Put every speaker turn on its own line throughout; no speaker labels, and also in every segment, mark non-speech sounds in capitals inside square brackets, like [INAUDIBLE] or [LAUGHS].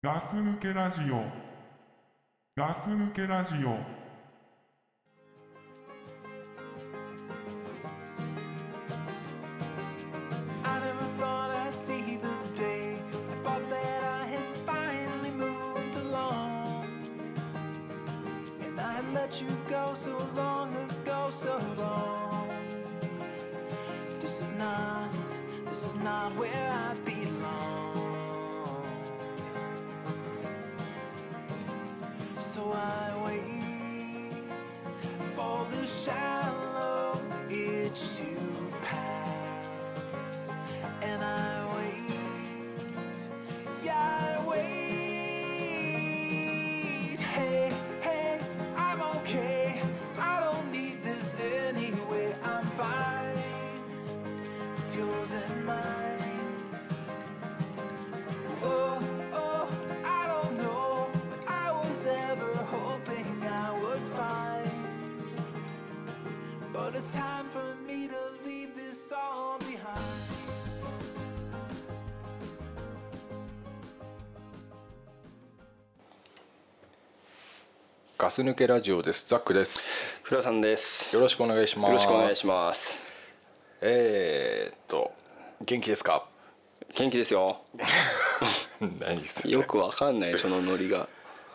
ガス抜けラジオ。ガス抜けラジオ。
I never thought I'd see the day. I thought that I had finally moved along. And I had let you go so long ago, so long. This is not, this is not where I belong. So I wait for the shallow itch to pass. And I wait, yeah, I wait. Hey, hey, I'm okay. I don't need this anyway. I'm fine. It's yours and mine. Oh, oh, I don't know that I was ever hoping I would find. But it's time for me to leave this all behind.
ガス抜けラジオです。ザックです。
フラさんです。
よろしくお願いします。
よろしくお願いします。
す。えー、っと元気ですか？ [LAUGHS]
元気ですよ。
何です
よくわかんないそのノリが。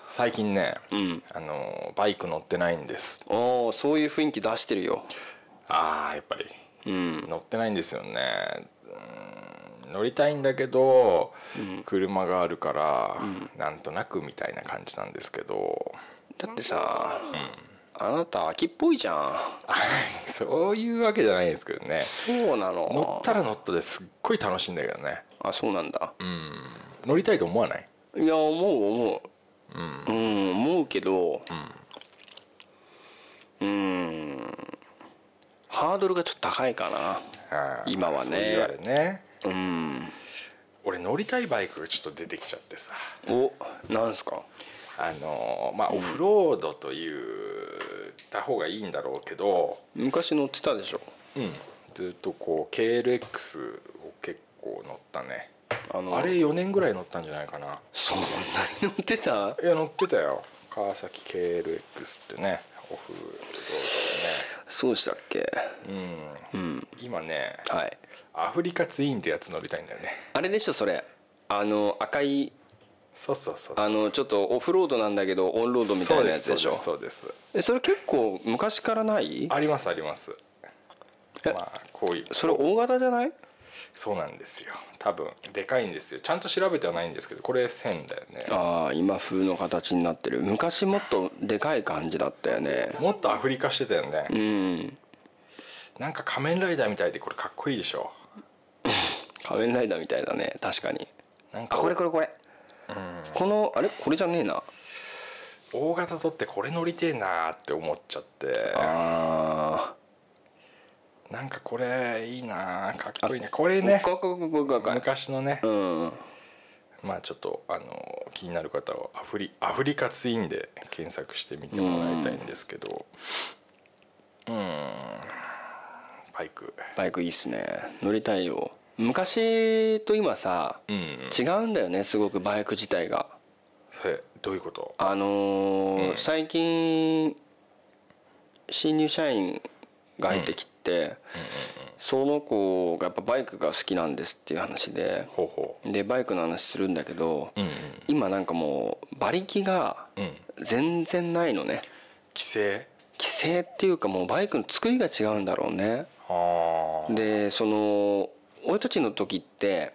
最近ね、
うん。
あのバイク乗ってないんです。
おお、そういう雰囲気出してるよ。
ああやっぱり
うん。
乗ってないんですよね。うーん乗りたいんだけど、車があるから、なんとなくみたいな感じなんですけど、 [LAUGHS]
だってさ、あなた秋っぽいじゃん。
そういうわけじゃないんですけどね。
そうなの。
乗ったら乗ったですっごい楽しいんだけどね。
あ、そうなんだ。
乗りたいと思わない？
いや思う思う。うん、思うけど。うん。ハードルがちょっと高いかな。
あー
今はね
そう言われね。
うん。
俺乗りたいバイクがちょっと出てきちゃってさ
お、なんすか。
あのーまあオフロードと言った方がいいんだろうけど、
昔乗ってたでしょ。
うん、ずっとこう KLX を結構乗ったね
あの
あれ4年ぐらい乗ったんじゃないかな
そんなに乗ってた
いや乗ってたよ川崎 KLX ってねオフ
そうでしたっけ
ロードでね
うん
うん今ね
はい
アフリカツインってやつ乗りたいんだよね
あれでしょそれあの赤い
そうそうそう
あのちょっとオフロードなんだけどオンロードみたいなやつでしょ
そうですそうですそうです
えそれ結構昔からない
ありますあります
え
まあこういう
それ大型じゃない
そうなんですよ多分でかいんですよちゃんと調べてはないんですけどこれ1000だよね
ああ今風の形になってる昔もっとでかい感じだったよね
もっとアフリカしてたよね、
うん
なんか仮面ライダーみたいでこれかっこいいでしょ
仮面ライダーみたいだね確かに
なんか
あこれこれこれこのあれこれじゃねえな
大型取ってこれ乗りてえなーって思っちゃって
あ
なんかこれいいなーかっこいいねこ
あ
れね
こここここここ
昔のね
うん
まあちょっとあの気になる方はアフリアフリカツインで検索してみてもらいたいんですけどうんバイク
バイクいいっすね乗りたいよ昔と今さ
うん
違うんだよねすごくバイク自体が
それどういうこと
あのー
うん
最近新入社員が入ってきて、その子がやっぱバイクが好きなんですっていう話で
方法
でバイクの話するんだけど、
うん
今なんかもう馬力が
うんうん
全然ないのね
規制
規制っていうかもうバイクの作りが違うんだろうね
ああ
でその俺たちの時って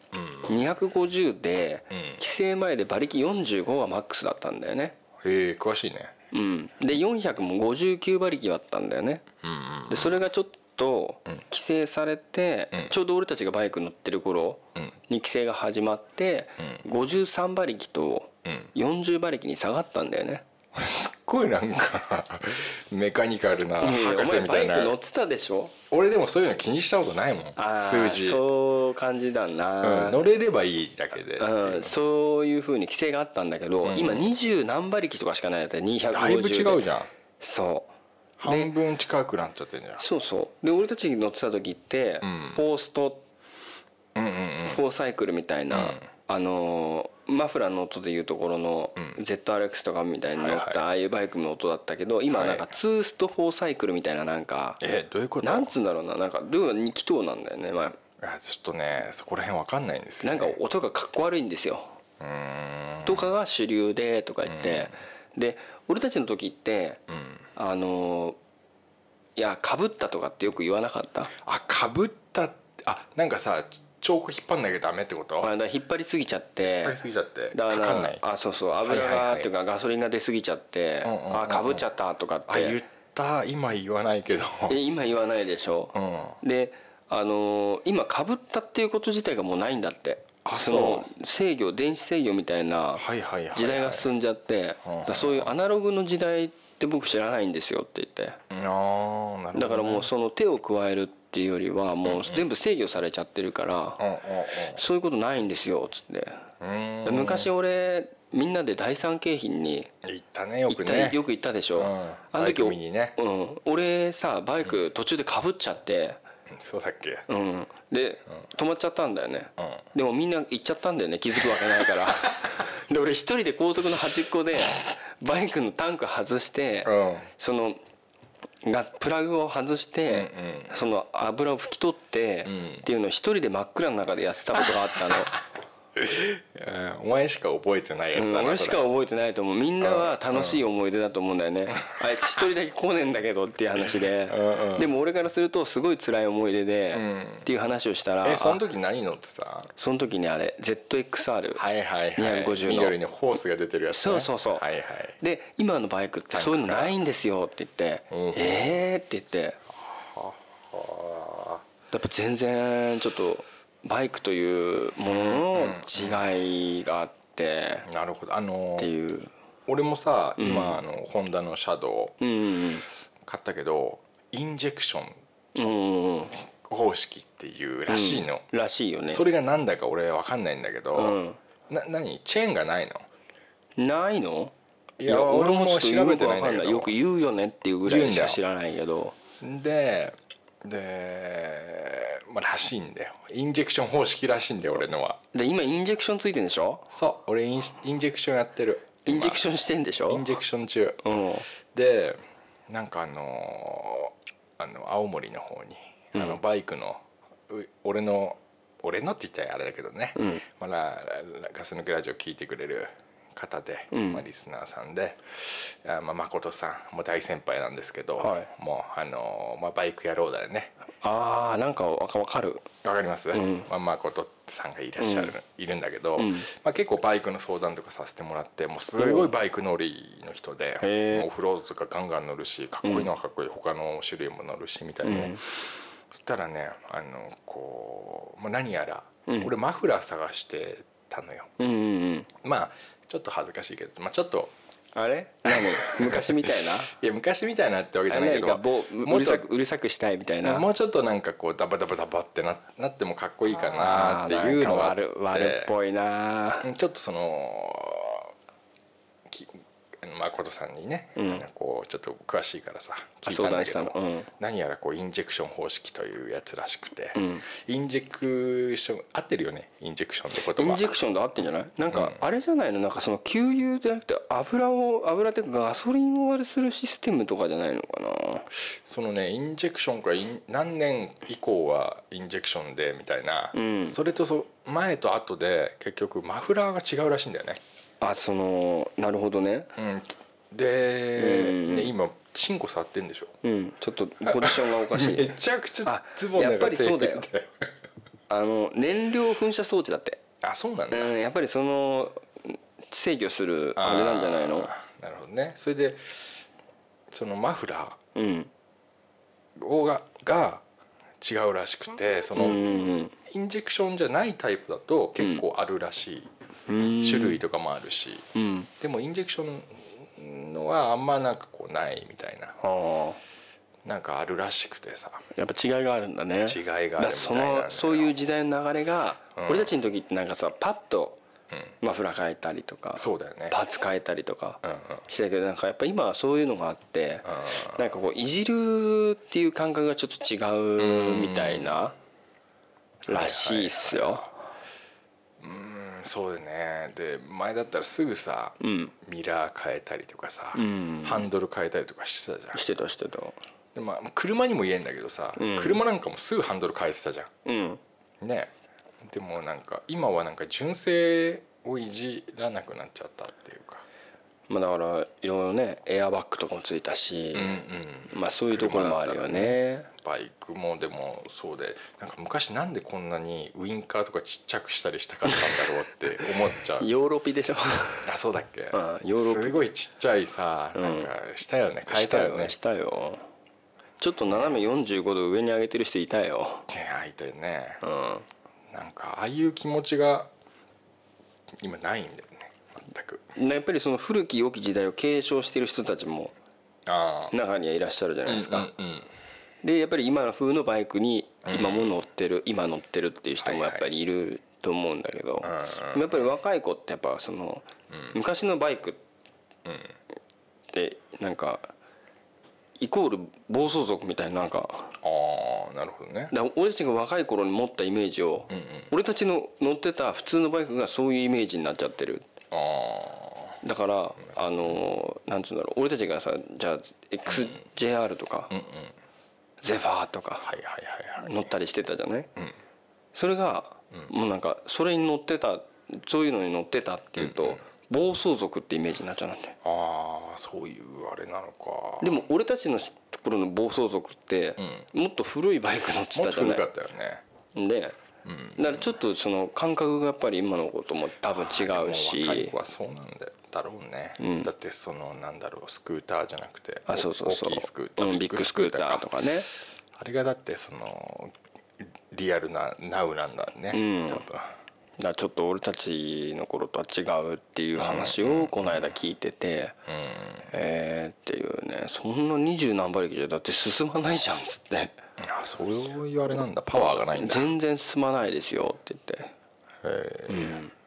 うんうん
250で
へ
規制前で馬力45がマックスだったんだよね
え詳しいね
うんで400も59馬力だったんだよね
うんうん
でそれがちょっと
うん
規制されて、
うん
ちょうど俺たちがバイク乗ってる頃
うん
に規制が始まって、53馬力と
うん
40馬力に下がったんだよね、
すっごいなんか [LAUGHS] メカニカルない
やいや
博
お
士
前
み
バ
たい
イク
な
乗ってたでしょ
俺でもそういうの気にしたことないもん
あー
数字う
そう感じだな、
ん乗れればいいだけで
うん、そういうふうに規制があったんだけど、
うん
今20何馬力とかしかないんだって250で
だいぶ違うじゃん
そう
半分近くなっちゃってんじゃん
そうそうで俺たちに乗ってた時って、
うん
フォースト
うんうんうん
フォーサイクルみたいな、
うん
あのーマフラーの音でいうところの
うん
ZRX とかみたいに
は
乗っ
いは
たああいうバイクの音だったけど今なん
は
か
い
ツースト4サイクルみたいななんか
えどういうこと
なんつうんだろうななんかルーは2気筒なんだよね、ま
あちょっとねそこら辺わかんないんです
あ、
よ、
な
ね、
んか音がかっこ悪いんですよ
うーん
とかが主流でとか言ってで俺たちの時って
うん
あのいやかぶったとかってよく言わなかった
あかぶったってあなんかさチョーク引っ張んなきゃダメってこと
まあだから引っ張りすぎちゃって
引っ張りすぎちゃって
だ
か
から
かんないあ
あそうそう油
はいはい
が
はい
っていうかガソリンが出すぎちゃって
うんうんうんうん
あかぶっちゃったとかって
言った今言わないけど
え今言わないでしょ
う、ん
であのー今かぶったっていうこと自体がもうないんだって
あ
の制御電子制御みたいな
はいはいはい
時代が進んじゃって、
うんうんうん
だからそういうアナログの時代って僕知らないんですよって言って
あーなるほどね
だからもうその手を加えるっていうよりはもう全部制御されちゃってるから、
うんうん
そういうことないんですよっつって、
うんうーん
昔俺みんなで第三景品に
行ったねよ
行
く
った
ね
よく行ったでしょ、
うん
あの
バイ
時
ク見にね
うん、俺さバイク途中でかぶっちゃって、
そうだっけ
うん、で止まっちゃったんだよね、
うん
でもみんな行っちゃったんだよね気づくわけないから
[LAUGHS]
で俺一人で高速の端っこでバイクのタンク外して、
うん
そのがプラグを外して、
うんうん
その油を拭き取って、
うん
っていうのを一人で真っ暗の中でやってたことがあったの。
えーお前しか覚えてないやつだな、
うん、俺しか覚えてないと思うみんなは楽しい思い出だと思うんだよね、あいつ一人だけ来ねえんだけどっていう話で
うんうん
でも俺からするとすごい辛い思い出で、
うん
っていう話をしたら
えその
あ
時何乗ってた
その時にあれ ZXR、
はいはいはい
250の
緑にホースが出てるやつ、ね、
そうそうそう
はいはい
で今のバイクってそういうのないんですよって言って「
うん
えー」って言ってやっぱ全然ちょっとバイクというものの違いがあって
なるほどあのー
っていう
俺もさ今、あのホンダのシャドウ
うんうん
買ったけどインジェクション
うんうんうんうん
方式っていうらしいの、
らしいよね
それがなんだか俺わかんないんだけど、
うん
な何チェーンがないの
ないの
いや俺も調べてないんだけど
よく言うよねっていうぐらいしか
言うんだよ
知らないけど
でで、まあ、らしいんだよインジェクション方式らしいんだよ俺のは
で今インジェクションついてるんでしょ
そう俺インインジェクションやってる
インジェクシ
ョ
ョンしてんでしょ
インジェクション中
うん
でなんかあのーあの青森の方にあのバイクの、う俺の俺のって言ったらあれだけどね、
ん
まあ、ララガス抜けラジオ聞いてくれる方で、
ん
まあ、リスナーさんで、あまあ、誠さんもう大先輩なんですけど、
はい
もうあのー、まあ、バイク野郎だよね
ああなんかわかわかる
わかります、
ん
まあ、誠さんがいらっしゃる、いるんだけど、
ん
まあ、結構バイクの相談とかさせてもらってもうすごいバイク乗りの人で
へー
もうオフロードとかガンガン乗るしかっこいいのはかっこいい、他の種類も乗るしみたいなね、そしたらねあのこう、まあ、何やら、
うん
俺マフラー探してたのよ
うんうんうん
まあちょっと恥ずかしいけど、まあ、ちょっと
あれ
[LAUGHS]
何昔みたい
いや昔みたいなってわけじ
な
ゃ
あ
ないけ
れ
ど
がぼ
も
う
っ
る
と
さくうるさくしたいみたいな
もうちょっとなんかこうダバダバダバってななってもかっこいいかなっていうのはあ
あーなんか悪悪っぽいな
ちょっとそのきあの誠さんにね、
うん
あのこうちょっと詳しいからさ
あ
聞いたんだけ
相
ど、
談したのうん
何やらこうインジェクション方式というやつらしくて、
ん
インジェクション合ってるよねインジェクションって言葉
インジェクションで合ってんじゃないなんかあれじゃないのなんかその給油じゃなくて油を油っていうかガソリンを割りするシステムとかじゃないのかな
そのねインジェクションがイン何年以降はインジェクションでみたいな、
うん
それとそ前と後で結局マフラーが違うらしいんだよね。
あそのなるほどね
うん、で、
うん
ね今チンコ触ってんでしょ
うんちょっとポジションがおかし
[LAUGHS] め
い
ちゃくちゃ
あ
ズボンの中
やっぱりそうだよ
手入れて
あの燃料噴射装置だって
あそうなん
う
だ、
んやっぱりその制御するあれなんじゃないの
あーなるほどねそれでそのマフラ
うん
ーをがが違うらしくてその、
うん
インジェクションじゃないタイプだと結構あるらしい、
うん
種類とかもあるし、
うん
でもインジェクションのはあんまなんかこうないみたいな
ああ
なんかあるらしくてさ
やっぱ違いがあるんだね
違いがあるみたい
だか
な
らそのそういう時代の流れが、
うん
俺たちの時ってなんかさパッと
うん
マフラー変えたりとか、
そうだよね
パーツ変えたりとか
うんうん
してたけどなんかやっぱ今はそういうのがあって、なんかこういじるっていう感覚がちょっと違うみたいならしいっすよ。
うそうだねで前だったらすぐさ、
うん
ミラー変えたりとかさ、
うん
ハンドル変えたりとかしてたじゃん
してたしてた
で、まあ、車にも言えんだけどさ、
うん
車なんかもすぐハンドル変えてたじゃ
うん
んねでもなんか今はなんか純正をいじらなくなっちゃったっていうか
まあだからいろいろねエアバッグとかもついたし
うんう、ん
まあそういうところもあるよね
バイクもでもそうでなんか昔なんでこんなにウインカーとかちっちゃくしたりしたかったんだろうって思っちゃう
ヨーロピでしょ
あそうだっけ
あヨーロッパ
すごいちっちゃいさ
うん
なんか [LAUGHS] したよね変えたよね
したよしたよちょっと斜め45度上に上げてる人いたよ
手開いてね
うん
なんかああいう気持ちが今ないんだよね全く
ねやっぱりその古き良き時代を継承してる人たちも
ああ
中にはいらっしゃるじゃない
で
です
す
か、
かうんうん
でやっぱり今の風のバイクに今も乗ってる、今乗ってるっていう人もやっぱりいると思うんだけど、
うん
やっぱり若い子ってやっぱその、昔のバイクってなんかイコール暴走族みたいななんか
ああなるほどね
だから俺たちが若い頃に持ったイメージを、
うんうん
俺たちの乗ってた普通のバイクがそういうイメージになっちゃってる
あ
だからあのーなんつうんだろう俺たちがさじゃあ XJR とか、
あうんうん
ゼファーとか
はいはいはいはい
乗ったりしてたじゃない、
ん
それが、もうなんかそれに乗ってたそういうのに乗ってたっていうと、暴走族ってイメージになっちゃうんだって
ああそういうあれなのか
でも俺たちのところの暴走族って、もっと古いバイク乗って
も
た
っ
じ
と
ゃな
古か
い
ったよね
で、だからちょっとその感覚がやっぱり今の子とも多分違う
でも若い
し
子はそうなんだだろうね、だってそのなんだろうスクーターじゃなくて
あそうそうそう
大きいスクーター、
うんビッグスクーターとかね
あれがだってそのリアルなナウなんだね、
うん
多分
だからちょっと俺たちの頃とは違うっていう話をこの間聞いてて、えーっていうねそんな二十何馬力じゃだって進まないじゃんっつって
あそういうあれなんだパワーがないんだ
全然進まないですよって言って
へえ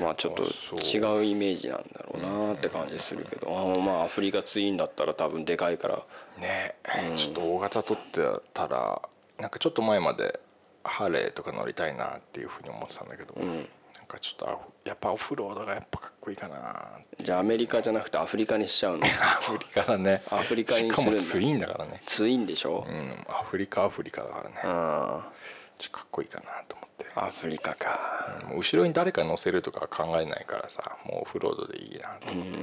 まあちょっと
あそう
違うイメージなんだろうなって感じするけどあまあアフリカツインだったら多分でかいから
ねちょっと大型取ってたらなんかちょっと前までハーレーとか乗りたいなっていうふうに思ってたんだけど、なんかちょっとアフやっぱオフロードがやっぱかっこいいかな
じゃあアメリカじゃなくてアフリカにしちゃうの
アフリカだね
アフリカに
しか
する
も
んだ
ツインだからね
ツインでしょ、
うんアフリカアフリカだからね、
あ
ちょっとかっこいいかなと思って
あアフリカか、
もう後ろに誰か乗せるとかは考えないからさもうオフロードでいいなと思って、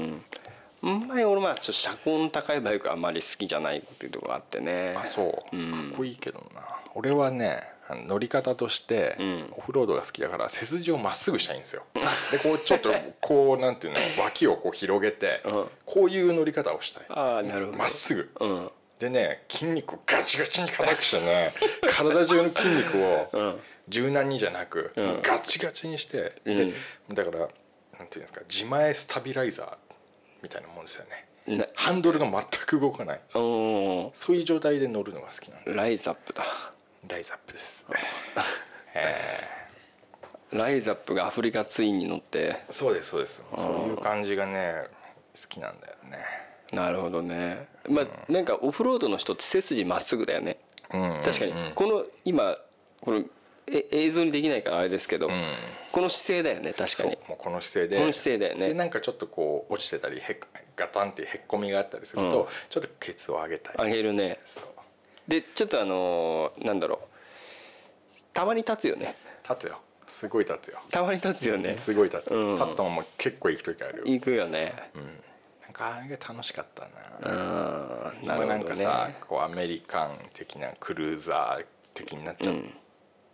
あんまり俺まあちょっと車高の高いバイクあんまり好きじゃないっていうところがあってね
あそう、かっこいいけどな俺はねあの乗り方として
ん
オフロードが好きだから背筋をまっすぐしたいんですよでこうちょっと [LAUGHS] こうなんていうの脇をこう広げて、
ん
こういう乗り方をしたい
ああなるほど
まっすぐ
うん
でね筋肉をガチガチに硬くして
[LAUGHS]
ね体中の筋肉
う
を
ん
柔軟にじゃなく、
うん
ガチガチにして、でだからなんていうんですか自前スタビライザーみたいなもんですよね
な
ハンドルが全く動かない
うん
そういう状態で乗るのが好きなんです
ライザップだ
ライズアップです
ライザップがアフリカツインに乗って
そうですそうですそういう感じがね好きなんだよね
なるほどねまあなんかオフロードの人って背筋まっすぐだよね
うん
確かにこの今このえ映像にできないからあれですけど、この姿勢だよね確か
そう
に
もうこの姿勢で
この姿勢だよね
でなんかちょっとこう落ちてたりへっガタンってへっこみがあったりすると、
うん
ちょっとケツを上げたり
上げるね
そう
でちょっとあのーなんだろうたまに立つよね
立つよすごい立つよ
たまに立つよね
すごい立つ、
うん
立ったまま結構行く時あるよ、
行くよね
うん、なんかあれが楽しかった
う
な、
んな
今
る
なん
ほど
か
ね
さこうアメリカン的なクルーザー的になっちゃっ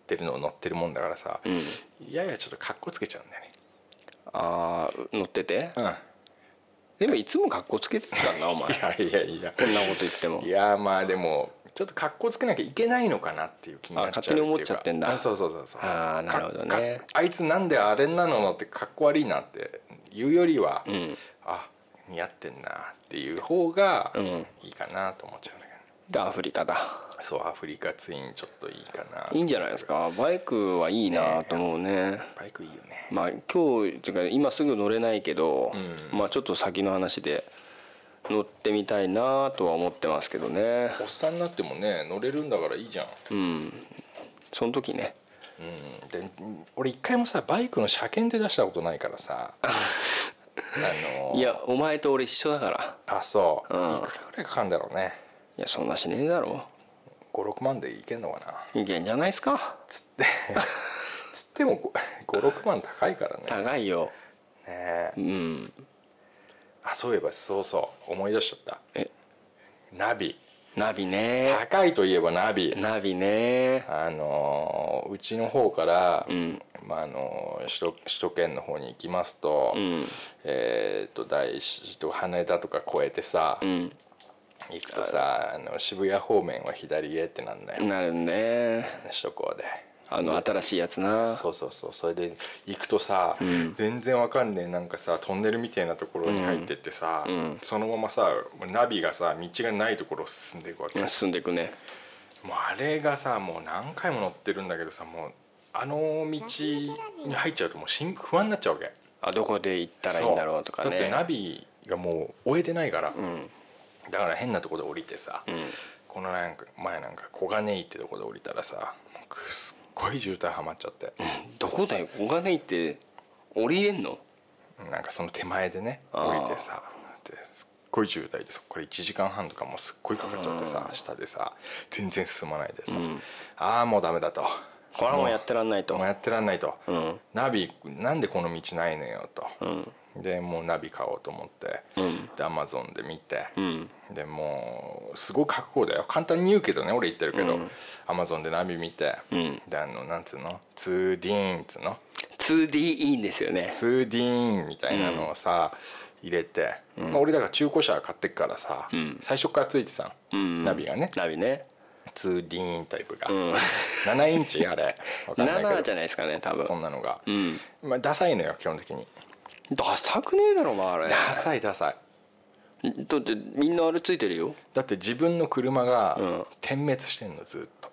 てるのを乗ってるもんだからさ、
ん
ややちょっとかっこつけちゃうんだよね
あー乗ってて
うん
でもいつも格好つけてたなお前
いやいやいや
こんなこと言っても
いやまあでもちょっと格好つけなきゃいけないのかなっていう気になっちゃう
あ勝手に思っちゃってんだ
あそうそうそうそう
あーなるほどね
かかあいつなんであれなのってかっこ悪いなって言うよりは、
ん
あ似合ってんなっていう方が
うん
いいかなと思っちゃうんだけど、
でアフリカだ
そうアフリカツインちょっといいかない
いんじゃないですかバイクはいいなと思うね
バイクいいよね
まあ今日というか今すぐ乗れないけど、まあちょっと先の話で乗ってみたいなとは思ってますけどね
おっさんになってもね乗れるんだからいいじゃん
うんその時ね
うん、で俺一回もさバイクの車検で出したことないからさあの
いやお前と俺一緒だから
あそう、
うん
いくらぐらいかかるんだろうね
いやそんなしねえだろ
56万でいけんのかない
けんじゃないっすか
つって
[LAUGHS]
つってもこ56万高いからねね
高いよ
え
うん
あそういえばそうそう思い出しちゃった
え
ナビ
ナビね
高いといえばナビ
ナビね
あのーうちの方から、
うん
まああのー首都首都圏の方に行きますと、
うん
えーっと大師と羽田とか越えてさ、
うん
行くとさあの渋谷方面は左へってなんだよ、
なるね
首都高で。
あの新しいやつな
そうそうそうそれで行くとさ、全然わかんねえなんかさトンネルみたいなところに入ってってさ、
うん
そのままさナビがさ道がないところを進んでいくわけ、も
進んでいくね
うあれがさもう何回も乗ってるんだけどさもうあの道に入っちゃうともう心不安になっちゃうわけ
あどこで行ったらいいんだろうとか
そだって
ね
ナビがもう終えてないから、
うん
だから変なとこで降りてさ、
うん
このなんか前なんか小金井ってとこで降りたらさもうくすっごい渋滞はまっちゃって、
どこだよ小金井って降りれんの
なんかその手前でね
あ
降
ー
りてさですっごい渋滞でそこから1時間半とかもうすっごいかかっちゃってさ下でさ全然進まないでさ、
ん
ああもうダメだと
これはもうやってらんないと
もうやってらんないと、
うん
ナビなんでこの道ないのよと、
うん
でもうナビ買おうと思って、
うん
でアマゾンで見て、
うん
でもうすごい覚悟だよ簡単に言うけどね俺言ってるけど、
うん
アマゾンでナビ見て、
うん
であのなんつうの 2D っつうの
2D いいんですよね
2D みたいなのをさ、入れて、まあ、俺だから中古車買ってっからさ、
うん
最初からついてたの、
うん
ナビがね
ナビね
2D タイプが、
ん
7インチあれわかんないけど
7じゃないですかね多
そん
分
なのが
う、ん
まあ、ダサいのよ基本的に
ダサくねえだろお前あれ
ダサいダサい
だってみんなあれついてるよ
だって自分の車
うん
が点滅してんのずっと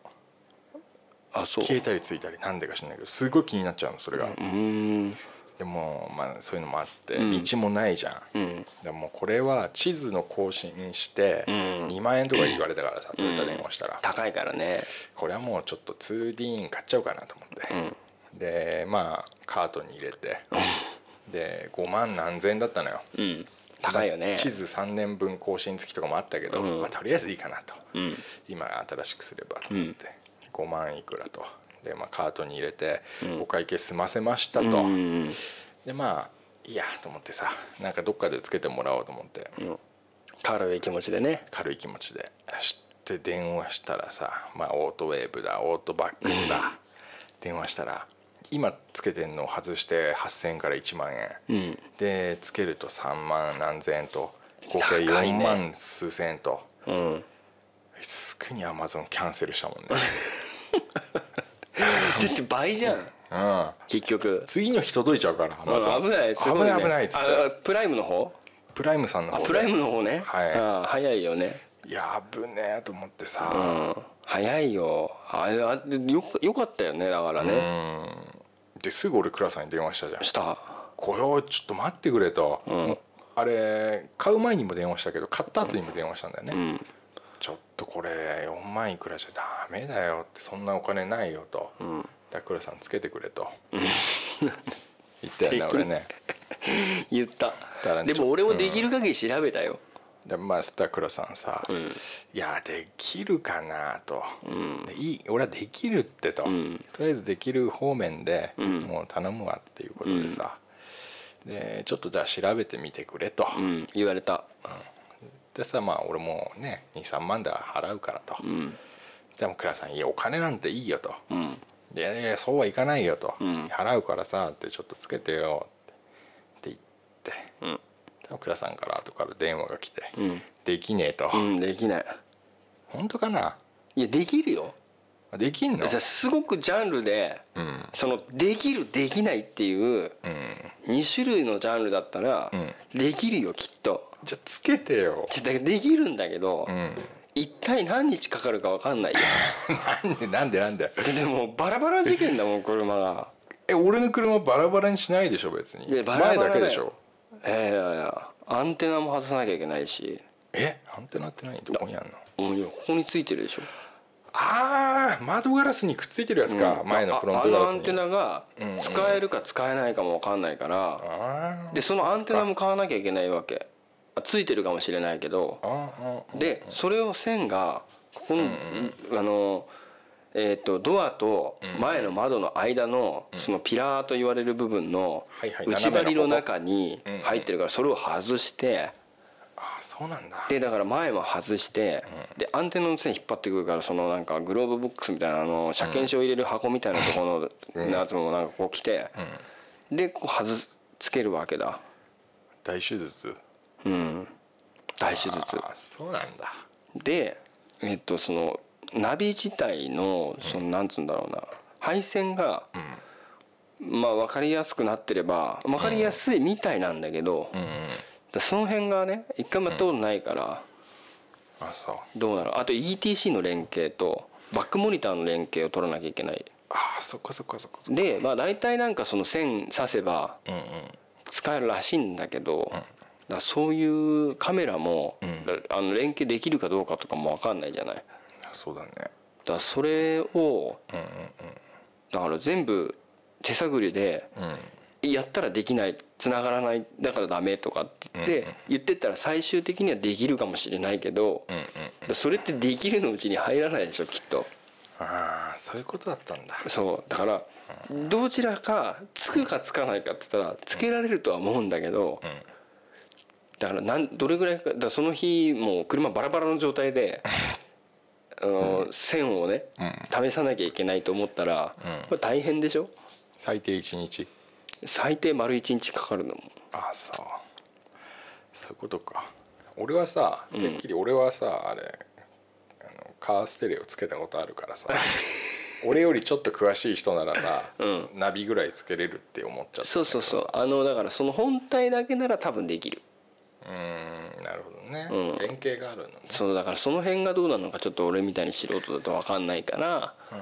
あそう
消えたりついたりなんでか知んないけどすごい気になっちゃうのそれが、
うーん
でもまあそういうのもあって
うん
道もないじゃん、
うん
でもこれは地図の更新して
うん
2万円とか言われたからさ、トヨタ電話したら、
高いからね
これはもうちょっと 2D 買っちゃおうかなと思って、でまあカートに入れて、で5万何千円だったのよ
うん高いよね
地図3年分更新付きとかもあったけど、
うん
まあ、とりあえずいいかなと、
うん
今新しくすればと思って、5万いくらとで、まあ、カートに入れて、お会計済ませましたと、
うん
でまあいいやと思ってさなんかどっかでつけてもらおうと思って、
軽い気持ちでね
軽い気持ちでして電話したらさ、まあ、オートウェーブだオートバックスだ電話したら今つけてんのを外して8,000円から1万円、
うん
でつけると3万何千円と合計
高い
4
ね
万数千円と、
うん
すぐにアマゾンキャンセルしたもんね、
[LAUGHS] だって倍じゃん
うん、
結局
次の日届いちゃうからアマゾン
危ないす
危
ごい、
な
ね、
い危ないっつって
あプライムの方
プライムさんの
あ
方で
プライムの方ね
はい
あ早いよね
いや危ねえと思って
う
さ、
ん早いよあれあよくよかったよねだから
う
ね
んですぐ俺倉さんに電話したじゃん
した
これをちょっと待ってくれと、
ん
あれ買う前にも電話したけど買った後にも電話したんだよね、
うん
ちょっとこれ4万いくらじゃダメだよってそんなお金ないよと、
うん
だからさんつけてくれと、 [LAUGHS] 言ったよね俺ね
言った
だから
でも俺もできる限り調べたよ
でまあそしたら倉さんさ「
うん
いやできるかな」と、でいい俺はできるって」と、
ん
とりあえずできる方面で、
ん
もう頼むわ」っていうことでさ、でちょっとじゃあ調べてみてくれと、
うん言われた
でさまあ俺もね23万で払うからと、
うん
でも倉さん「いやお金なんていいよ」と「
うん
いやいやそうはいかないよ」と「
ん
払うからさ」ってちょっとつけてよって言って
うん
でも倉さんから後から電話が来て「
うん
できねえと」
うんできない
本当かない
やできるよ
できんの
じゃあすごくジャンルで
うん
そのできるできないっていう
うん
2種類のジャンルだったら
うん
できるよきっと
じゃあつけてよ
じゃあだからできるんだけど
うん
一体何日かかるか分かんないよ [LAUGHS]
なんでなんでなんで
ででもバラバラ事件だもん車が
え俺の車バラバラにしないでしょ別に
いやバラバラ
前だけ
だよ
でしょ
いやいやいやアンテナも外さなきゃいけないし
えアンテナって何どこにあんの
もういやここについてるでしょ
あー窓ガラスにくっついてるやつか、
うん
前の
あ
フロントガラス
あのア
に
ンテナが
うんうん
使えるか使えないかも分かんないから、
あー
でそのアンテナも買わなきゃいけないわけあついてるかもしれないけど
あーあー
でそれを線がここの、あのえー、とドアと前の窓の間のそのピラーと言われる部分の
はいはい
内張りの中に
うんうん
入ってるからそれを外して
あーそうなんだ
でだから前も外してでアンテナの線引っ張ってくるからそのなんかグローブボックスみたいなあの車検証入れる箱みたいなところのやつもなんかこう来てでこう外すつけるわけだ
大手術
うん大手術
あそうなんだ
でえっとそのナビ自体のそのなんつうんだろうな配線がまあ分かりやすくなってれば分かりやすいみたいなんだけど
うんうん
だその辺がね一回もやったことないから
あそう
どうなのあと ETC の連携とバックモニターの連携を取らなきゃいけない
あーそっかそっかそっかそっか
でまあ大体なんかその線刺せば
うんうん
使えるらしいんだけど、だからそういうカメラも、
ん
だあの連携できるかどうかとかも分かんないじゃないだか
あそうだね
らそれを
うん
だから全部手探りで
うんうん
やったらできない繋がらないだからダメとかって言って,、言ってったら最終的にはできるかもしれないけど、
うんうん
だからそれってできるのうちに入らないでしょきっと。
ああそういうことだったんだ
そうだからどちらかつくかつかないかって言ったらつけられるとは思うんだけど
うん
だからなんどれぐらいかだからその日もう車バラバラの状態であの線をね
うん
試さなきゃいけないと思ったら
うん
これ大変でしょ
最低一日
最低丸一日かかるのも
あそうそういうことか俺はさてっきり俺はさあれあのカーステレオつけたことあるから [LAUGHS] さ俺よりちょっと詳しい人ならさ、
うん
ナビぐらいつけれるって思っちゃったんだけどさ
そうそうそうあのだからその本体だけなら多分できる
うーんなるほどね、
うん
連携があるのね
そのだからその辺がどうなのかちょっと俺みたいに素人だと分かんないから
うん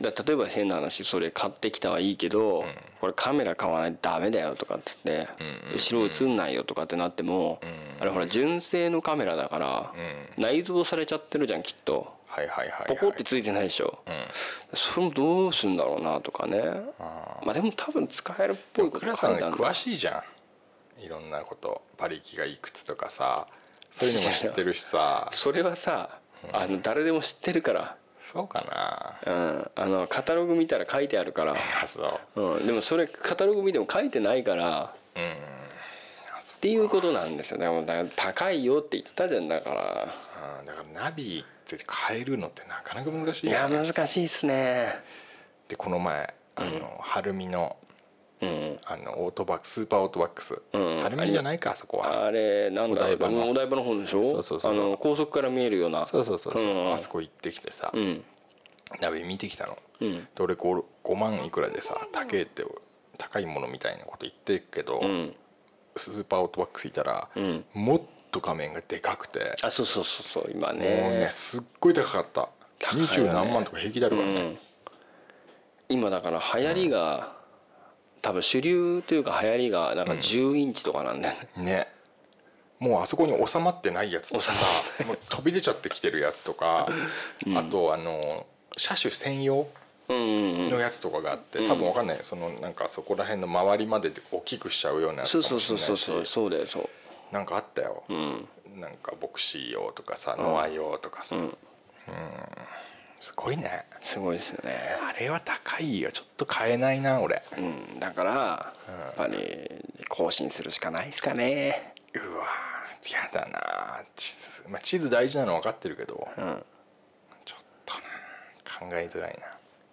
だ例えば変な話それ買ってきたはいいけど、これカメラ買わないとダメだよとかって言って、
うんうん
後ろ映んないよとかってなっても、
ん
あれほら純正のカメラだから、
うん
内蔵されちゃってるじゃんきっと
はいはいはい、はい、
ポコってついてないでしょ、
うん
それもどうするんだろうなとかね
あ
まあでも多分使えるっぽいこと
倉さ
書
ん
いてあるんだ
詳しいじゃんいろんなこと馬力がいくつとかさそういうのも知ってるし
[LAUGHS]
さ
それはさあの誰でも知ってるから、
そうか
うん、あのカタログ見たら書いてあるから、
なあそう
うん、でもそれカタログ見ても書いてないから
うんあ
っ
そ
ていうことなんですよでもだから高いよって言ったじゃんだから
あーだからナビって変えるのってなかなか難し
い
い
や
よね
難しいっすね
でこの前あの、晴海の
うん
あのオートバックスーパーオートバックス、
うん
晴海じゃないかあそこは
あれなんだ
お台場の
お台場の方でしょ
そうそうそう
あの高速から見えるような
そうそうそうそう、
うん
あそこ行ってきてさ、
うん
ナビ見てきたの
うん
で俺 5, 5万いくらでさ高えって高いものみたいなこと言ってるけど、
うん
スーパーオートバックスいたら、
うん
もっと画面がでかくて、
あそうそうそうそう今ね
もうねすっごい高かった
高
二
いよ
十、
ね
何万とか平気だる
う
からね、
ん今だから流行りが、多分主流というか流行りがなんか10インチとかなんだよね、
ねもうあそこに収まってないやつとかさもう飛び出ちゃってきてるやつとか、あとあの車種専用
うん、うんうん
のやつとかがあって、多分わかんないそのなんかそこら辺の周りまで大きくしちゃうようなやつ
そう
か
そ
も
う
し
そ
れ
う
ない
そう
し
そうそうだよそう
なんかあったよ、
うん
なんかボクシー用とかさノア用とかさ、うんすごいね
すごいですよね
あれは高いよちょっと買えないな俺
うん、だからやっぱり更新するしかないですかね。
うわーやだな地図、まあ、地図大事なの分かってるけど
うん、
ちょっとな考えづらい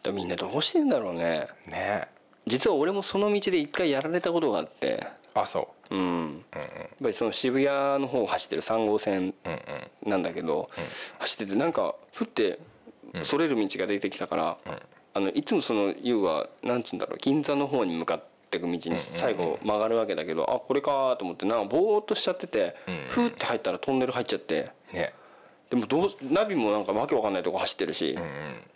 でもみんなどうしてんだろうね。
なね
実は俺もその道で一回やられたことがあって、
あそ
うん、やっぱりその渋谷の方を走ってる3号線
ううんうん
なんだけど、走っててなんか降ってそれる道が出てきたから、あのいつもその優はなんつうんだろう銀座の方に向かってく道に最後曲がるわけだけど、あこれかと思ってなんかぼーっとしちゃってて、
うんうん
ふーって入ったらトンネル入っちゃって。
ね
でもどうナビもなんかわけわかんないとこ走ってるし、
うんうん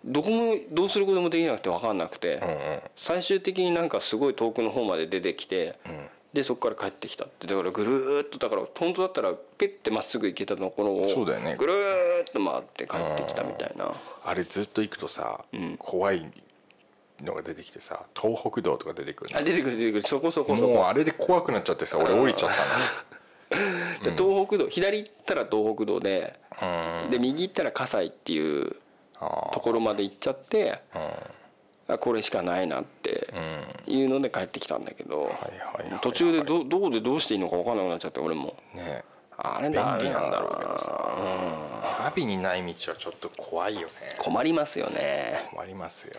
どこもどうすることもできなくてわかんなくて、
うんうん
最終的になんかすごい遠くの方まで出てきて、
うん
でそこから帰ってきたってだからぐるーっとだから本当だったらペッてまっすぐ行けたところを
そうだよね
ぐるーっと回って帰ってきたみたいな
あれずっと行くとさ、
うん
怖いのが出てきてさ東北道とか出てくる
あ出てくる出てくるそこそこそ
もう
こ
あれで怖くなっちゃってさ俺降りちゃっ
で東北道左行ったら東北道で
たのうん
で右行ったら葛西っていう
あ
ところまで行っちゃって
あ
あこれしかないなって
うん、うん、
いうので帰ってきたんだけど
いはいはいはい
途中でどどうでどうしていいのか分からなくなっちゃって俺も
ねえ
あれ
便利な
なんん
だ
だ
ろ
ろ
う
う
けど
なうん
ナビにない道はちょっと怖いよね
困りますよね
困りますよ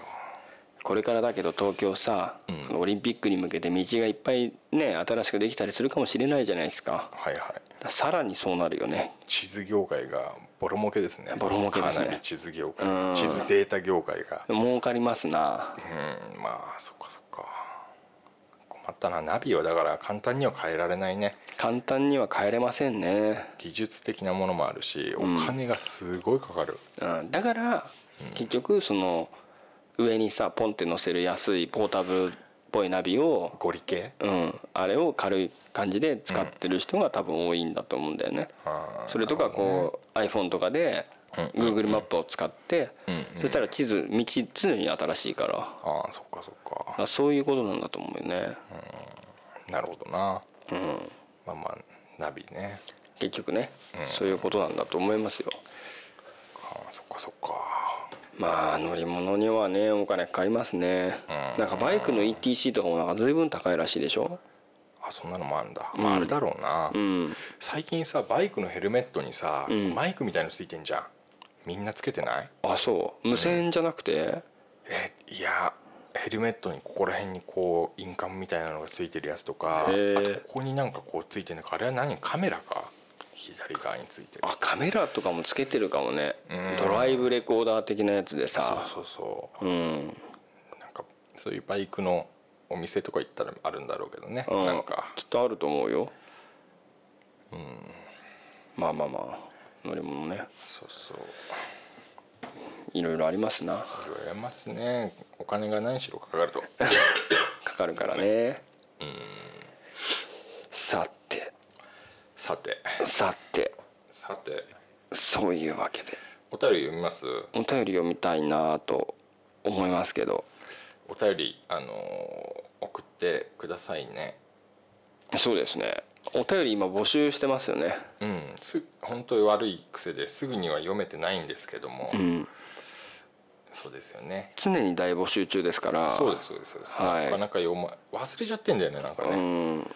これからだけど東京さ、
うん
オリンピックに向けて道がいっぱいね新しくできたりするかもしれないじゃないですか
はいはい
さらにそうなるよね
地図業界がボロ儲けですね
ボロ儲けですね
かなり地図業
う
界
ん
地図データ業界が
儲かりますな
うんまあそっかそっか困ったなナビはだから簡単には変えられないね
簡単には帰れませんね、
技術的なものもあるしお
ん
金がすごいかかる、
うん、だから結局その上にさポンって乗せる安いポータブルっぽいナビを、
ゴリ系
うん、あれを軽い感じで使ってる人が多分多いんだと思うんだよね、
あー
それとかこう iPhone とかで
うん
Google マップを使って
うんうん
そしたら地図道常に新しいから
あーそっかそっか
あそういうことなんだと思うよね
なるほどな
うん
まあまあナビね
結局ねそういうことなんだと思いますよ
あーそっかそっか
まあ乗り物にはねお金かかりますねなんかバイクの ETC とかもなんか随分高いらしいでしょ
あそんなのもあるんだ、
うん
まあ、あれだろうな、
うん
最近さバイクのヘルメットにさ、
うん
マイクみたいのついてんじゃんみんなつけてない
あそう無線じゃなくて
えいやヘルメットにここら辺にこう印鑑みたいなのがついてるやつとかあ
へえ
とここになんかこうついてるのかあれは何カメラか左側についてる
あカメラとかもつけてるかもね
うん
ドライブレコーダー的なやつで
そう
さ
そうそ
うん
うなんかそういうバイクのお店とか行ったらあるんだろうけどね、
うん
なんか
きっとあると思うよまあまあまあ乗り物ね
そうそう
いろいろありますない
ろいろありますねお金が何しろかかると
かかるからねさて
さて
さて
さて
そういうわけで
お便り読みます
お便り読みたいなと思いますけど
お便りあのー送ってくださいね
そうですねお便り今募集してますよね
うんす本当に悪い癖ですぐには読めてないんですけども、
うん
そうですよね
常に大募集中ですから
そうですそうですそうです、
はい
なかなか読ま忘れちゃってんだよねなんか
う
ね、
ん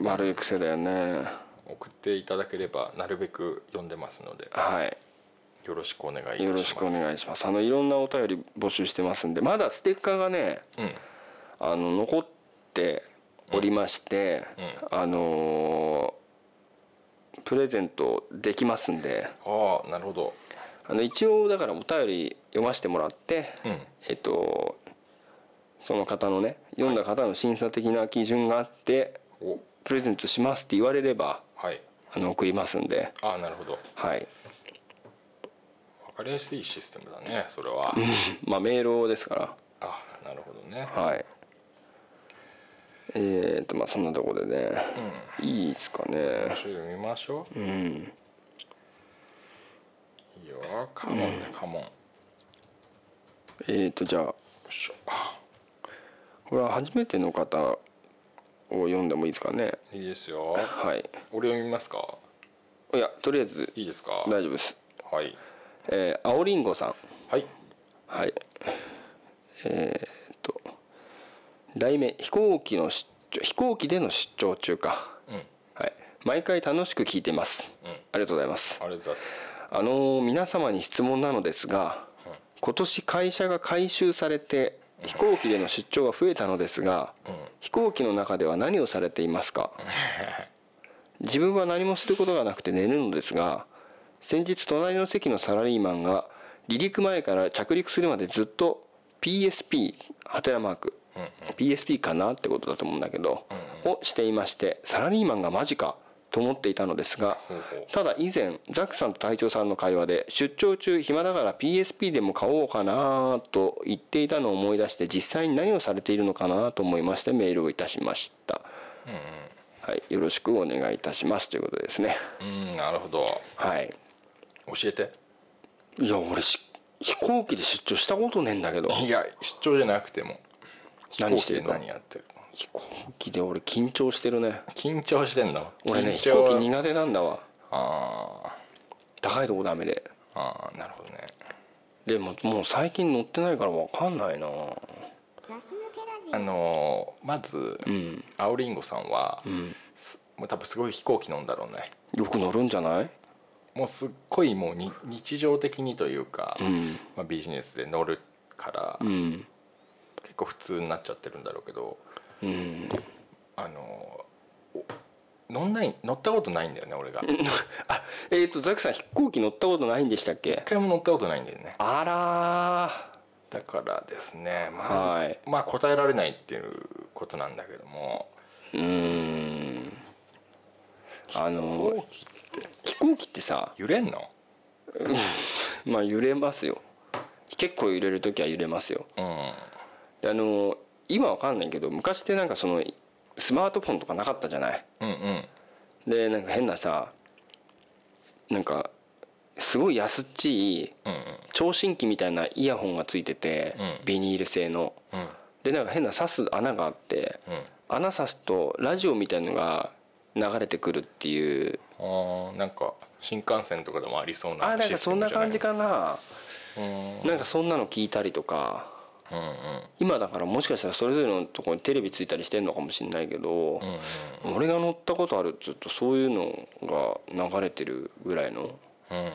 悪い癖だよね
送っていただければなるべく読んでますので
はい
よろしくお願いいたします
よろしくお
い
願いしますあのいろんなお便り募集してますんでまだステッカーがね
うん
あの残っておりまして、あのープレゼントできますんで
ああなるほど
あの一応だからお便り読ませてもらって、
うん
えっとその方のね読んだ方の審査的な基準があって
お
プレゼントしますって言われれば
はい
あの送りますんで
ああなるほど
はい
分
[LAUGHS]
かりやすいシステムだねそれは
まあメールをですから
あなるほどね
はい。えー、とまあそんなところでね、いいですか
ちょっ
ね
と読みましょう、
うん
いいよカモンねカモンよ
えー、とじゃあ
いしょあ
これは初めての方を読んでもいいですかね
いいですよ
はい
俺読みますか
いやとりあえず
いいですか
大丈夫です
はい
えー、青りんごさん
はい
はいえー、っと題名飛行機の出張飛行機での出張中か
うんうん
はい毎回楽しく聞いてます
あ
ありがとうございます
りがとうございます
あの皆様に質問なのですが
うん
今年会社が改修されて飛行機での出張が増えたのですが
うん
飛行機の中では何をされていますか自分は何もすることがなくて寝るのですが先日隣の席のサラリーマンが離陸前から着陸するまでずっと PSP ハテナマーク
うんうん
PSP かなってことだと思うんだけどをしていましてサラリーマンがマジかと思っていたのですが
ほうほう
ただ以前ザックさんと隊長さんの会話で出張中暇だから PSP でも買おうかなと言っていたのを思い出して実際に何をされているのかなと思いましてメールをいたしましたはい、よろしくお願いいたしますということですね。
うんなるほど
はい、
教えて
いや俺し飛行機で出張したことねえんだけど
いや出張じゃなくても
何してる
飛行
か
機で何やってるの
飛行機で俺緊張してるね
緊張してんの
俺ね
緊
飛
張
行機苦手なんだわ
あ
高いとこダメで
ーあーなるほどね
でももう最近乗ってないから分かんないな
ガス抜けラジオ
あのーまず、
うん
青りんごさんは、
うん
すもう多分すごい飛行機乗んだろうね
よく乗るんじゃない
もうすっごいもうに日常的にというか、
うん
まあ、ビジネスで乗るから、
うん
結構普通になっちゃってるんだろうけど
うん
あのーお乗んない乗ったことないんだよね俺が一
あえっ、とザクさん飛行機乗ったことないんでしたっけ
回も乗ったことないんだよね
あら
だからですねまず、
はい
まあ答えられないっていうことなんだけども
ーうーんあ
飛
の
行機
飛行機ってさ
揺れんの
まあ揺れますよ結構揺れる時は揺れますよ
うん
であの今わかんないけど昔ってなんかそのスマートフォンとかなかったじゃない
うんうん
でなんか変なさなんかすごい安っちい
うん
聴診器みたいなイヤホンがついてて、
うん
ビニール製の
うんうん
でなんか変な刺す穴があって
うん
穴刺すとラジオみたいのが流れてくるっていう
あーなんか新幹線とかでもありそうな
あなんかそんな感じかな
システムじゃないの
なんかそんなの聞いたりとか
うんうん
今だからもしかしたらそれぞれのところにテレビついたりしてんのかもしれないけ
う
ど
んうん
俺が乗ったことあるっつうとそういうのが流れてるぐらいの
うんうんうん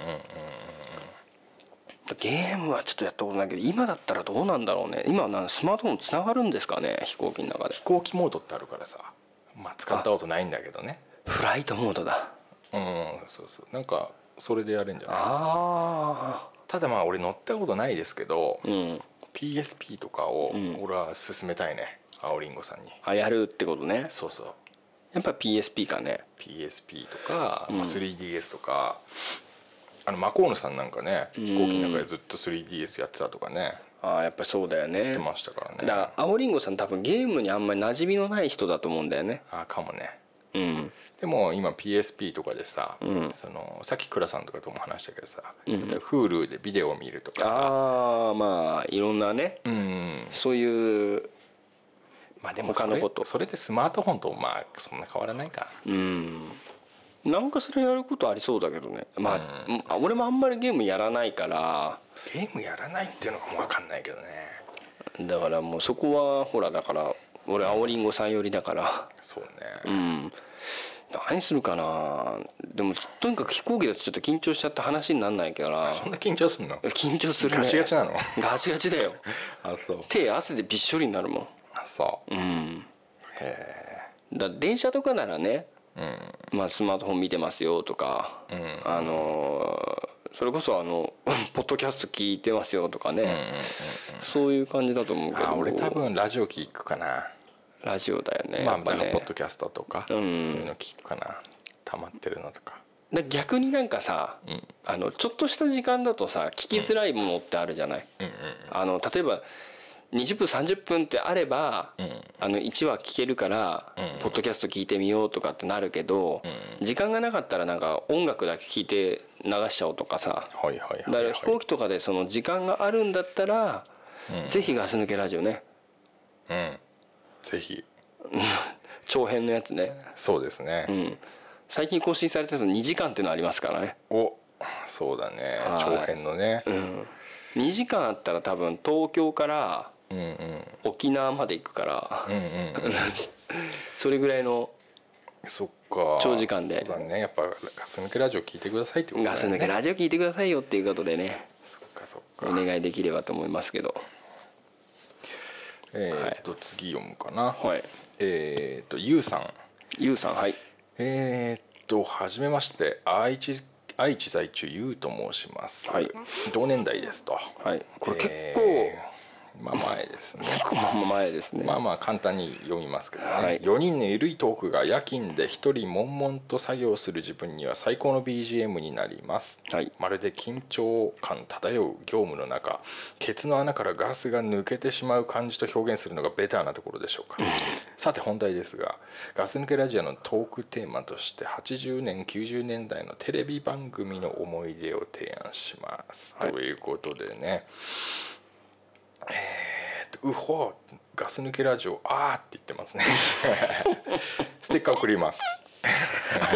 ゲームはちょっとやったことないけど今だったらどうなんだろうね今はなスマートフォンつながるんですかね飛行機の中で
飛行機モードってあるからさまあ使ったことないんだけどね
フライトモードだ
うんそうそうなんかそれでやれんじゃない
あ
ただまあ俺乗ったことないですけど
あうん
PSP とかを
うん
俺は勧めたいね青りんごさんに
あやるってことね
そうそう
やっぱ PSP かね
PSP とか、
うん
まあ 3DS とかあのマコーヌさんなんかね飛行機の中でずっと 3DS やってたとかね
ああやっぱそうだよ
やって
ねだか
ましたからね
ら青りんごさん多分ゲームにあんまり馴染みのない人だと思うんだよね
あかもね
うん
でも今 PSP とかでさ、
うん
そのさっき倉さんとかとも話したけどさ、
うん
例えば Hulu でビデオを見るとかさ
ああまあいろんなね
うん
そういう
まあでもそ
他
れ
のこと
それってスマートフォンとまあそんな変わらないか
うんなんかそれやることありそうだけどねまあ、うん俺もあんまりゲームやらないから
ゲームやらないっていうのがもう分かんないけどね
だからもうそこはほらだから俺青りんごさん寄りだから
そうね、
うん何するかなでもとにかく飛行機だとちょっと緊張しちゃって話になんないから
そんな緊張すんの
緊張する、ね、
ガチガチなの
ガチガチだよ
あそう
手汗でびっしょりになるも
あそ
んうん
うへ
だ電車とかならね、
え
まあ、スマートフォン見てますよとか、
うんうん
あのーそれこそあの [LAUGHS] ポッドキャスト聞いてますよとかね、そういう感じだと思うけ
あ
ど
俺多分ラジオ聞くかな、
ラジオだよね
まあ、
やっぱね
ポッドキャストとか、
うん
そういうの聞くかな溜まってるのとか
だ逆になんかさ、
ん
あのちょっとした時間だとさ聞きづらいものってあるじゃない、
うんうん
あの例えば20分30分ってあれば、
うん
あの1話聞けるから、
うん
ポッドキャスト聞いてみようとかってなるけど、時間がなかったらなんか音楽だけ聞いて流しちゃおうとかさ
はいはいはい、
だから飛行機とかでその時間があるんだったら、
うん
ぜひガス抜けラジオね
うんぜひ
長編のやつね、
そうですね、
うん、最近更新されたの2時間ってのありますからね、
おそうだね
はい
長編のね、
うん、2時間あったら多分東京から
うん、うんうん
沖縄まで行くから
うん、うん
それぐらいの
そっか
長時間で
そうだねやっぱガス抜けラジオ聞いてくださいってことだ
ガ
よ
ス
ね
抜けラジオ聞いてくださいよっていうことでね
そっかそっ
お
か
願いできればと思いますけど
えーっと次読むかな、
はい
えーっとゆうさん
ゆうさんはい
えーっとはじめまして愛知愛知在中ゆうと申します、
はい
同年代ですと
はいこれ結構
えまあ前です
[LAUGHS]
ね
結構まあまあ前ですね、
まあまあ簡単に読みますけどね、
はい
4人のゆるいトークが夜勤で一人悶々と作業する自分には最高の BGM になります、
はい
まるで緊張感漂う業務の中ケツの穴からガスが抜けてしまう感じと表現するのがベターなところでしょうかさて本題ですがガス抜けラジオのトークテーマとして80年90年代のテレビ番組の思い出を提案します、ということでねうほガス抜けラジオあーって言ってますね [LAUGHS] ステッカー送ります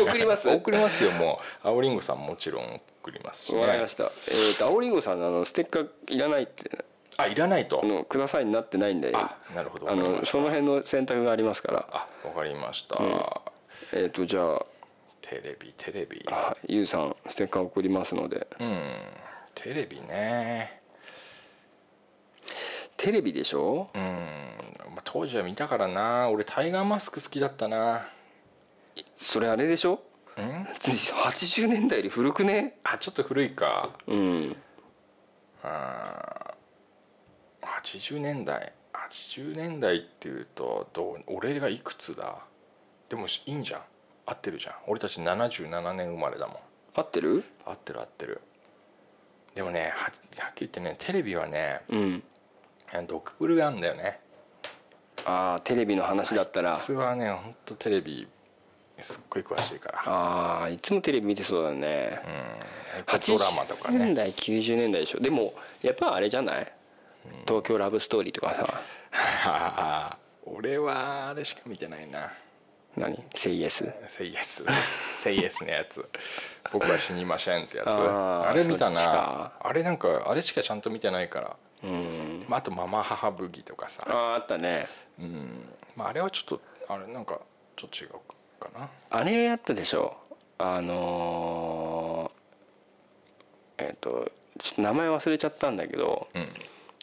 送ります
送りますよもう青りんごさんもちろん送りますし、ね、
わかりましたえっ、と青りんごさんのあのステッカーいらないって
あいらないと
あのくださいになってないんで
あなるほど
あ
わかりまし
の
た
その辺の選択がありますから
あわかりました、
えっ、とじゃ
テレビテレビ
ああゆうさんステッカー送りますので
うんテレビね
テレビでしょ
うん、まあ、当時は見たからな俺タイガーマスク好きだったな
それあれでしょ [LAUGHS]
うん
80年代より古くね
あちょっと古いか
うん
あー80年代80年代っていうとどう俺がいくつだでもしいいんじゃん合ってるじゃん俺たち77年生まれだもん
合ってる
合ってる合ってるでもねははっきり言ってねテレビはね
うん
ドクブルがあるんだよね
ああテレビの話だったら
普通はねほんとテレビすっごい詳しいから
ああいつもテレビ見てそうだね
ドラマとか
80年
ね
代90年代でしょでもやっぱあれじゃない東京ラブストーリーとかさ
あー俺はあれしか見てないな
何「セイエス
「セイエス」「セイエス」のやつ「僕は死にません」ってやつ
あ
あ
ー
れ見た
そっち
な
か
あれなんかあれしかちゃんと見てないから、
うん
まあ、あと「ママ母ブギ」とかさ
あああったね
うん、まあ、あれはちょっとあれなんかちょっと違うかな
あれやったでしょあのーえっ、とちょっと名前忘れちゃったんだけど
うん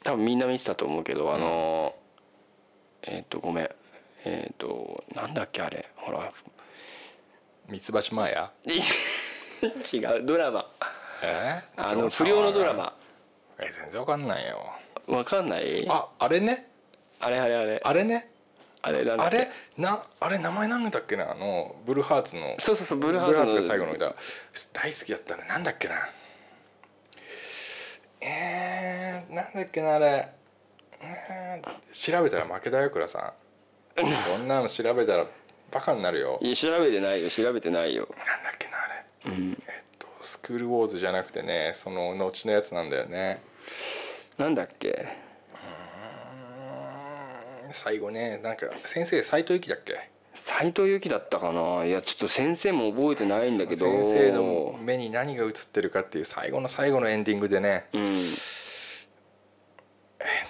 多分みんな見てたと思うけどあのーえっ、とごめんえっ、となんだっけあれほら [LAUGHS]
三ツ橋マヤ
違うドラマ
え
あの不良のドラマ
え全然わかんないよ
わかんないあ
ああれね
れあれあれ
あれね
あれなんだ
あ
っけ
れなあれ名前なんだっけなあのブルーハーツの
そうそうそう
ブ
ブ
ル
ル
ー
ー
ハ
ハ
ーツ
ーツ
の
の
最後の歌大好きだったねなんだっけなえー、なんだっけなあれ、えー調べたら負けだよ倉 [LAUGHS] さんこんなの調べたらバカになるよ
いや調べてないよ調べてないよ
なんだっけなあれ、えっとスクールウォーズじゃなくてねその後のやつなんだよね
なんだっけ
最後ねなんか先生斎藤由貴だっけ
斎藤由貴だったかないやちょっと先生も覚えてないんだけど
先生の目に何が映ってるかっていう最後の最後のエンディングでね
うん
えっ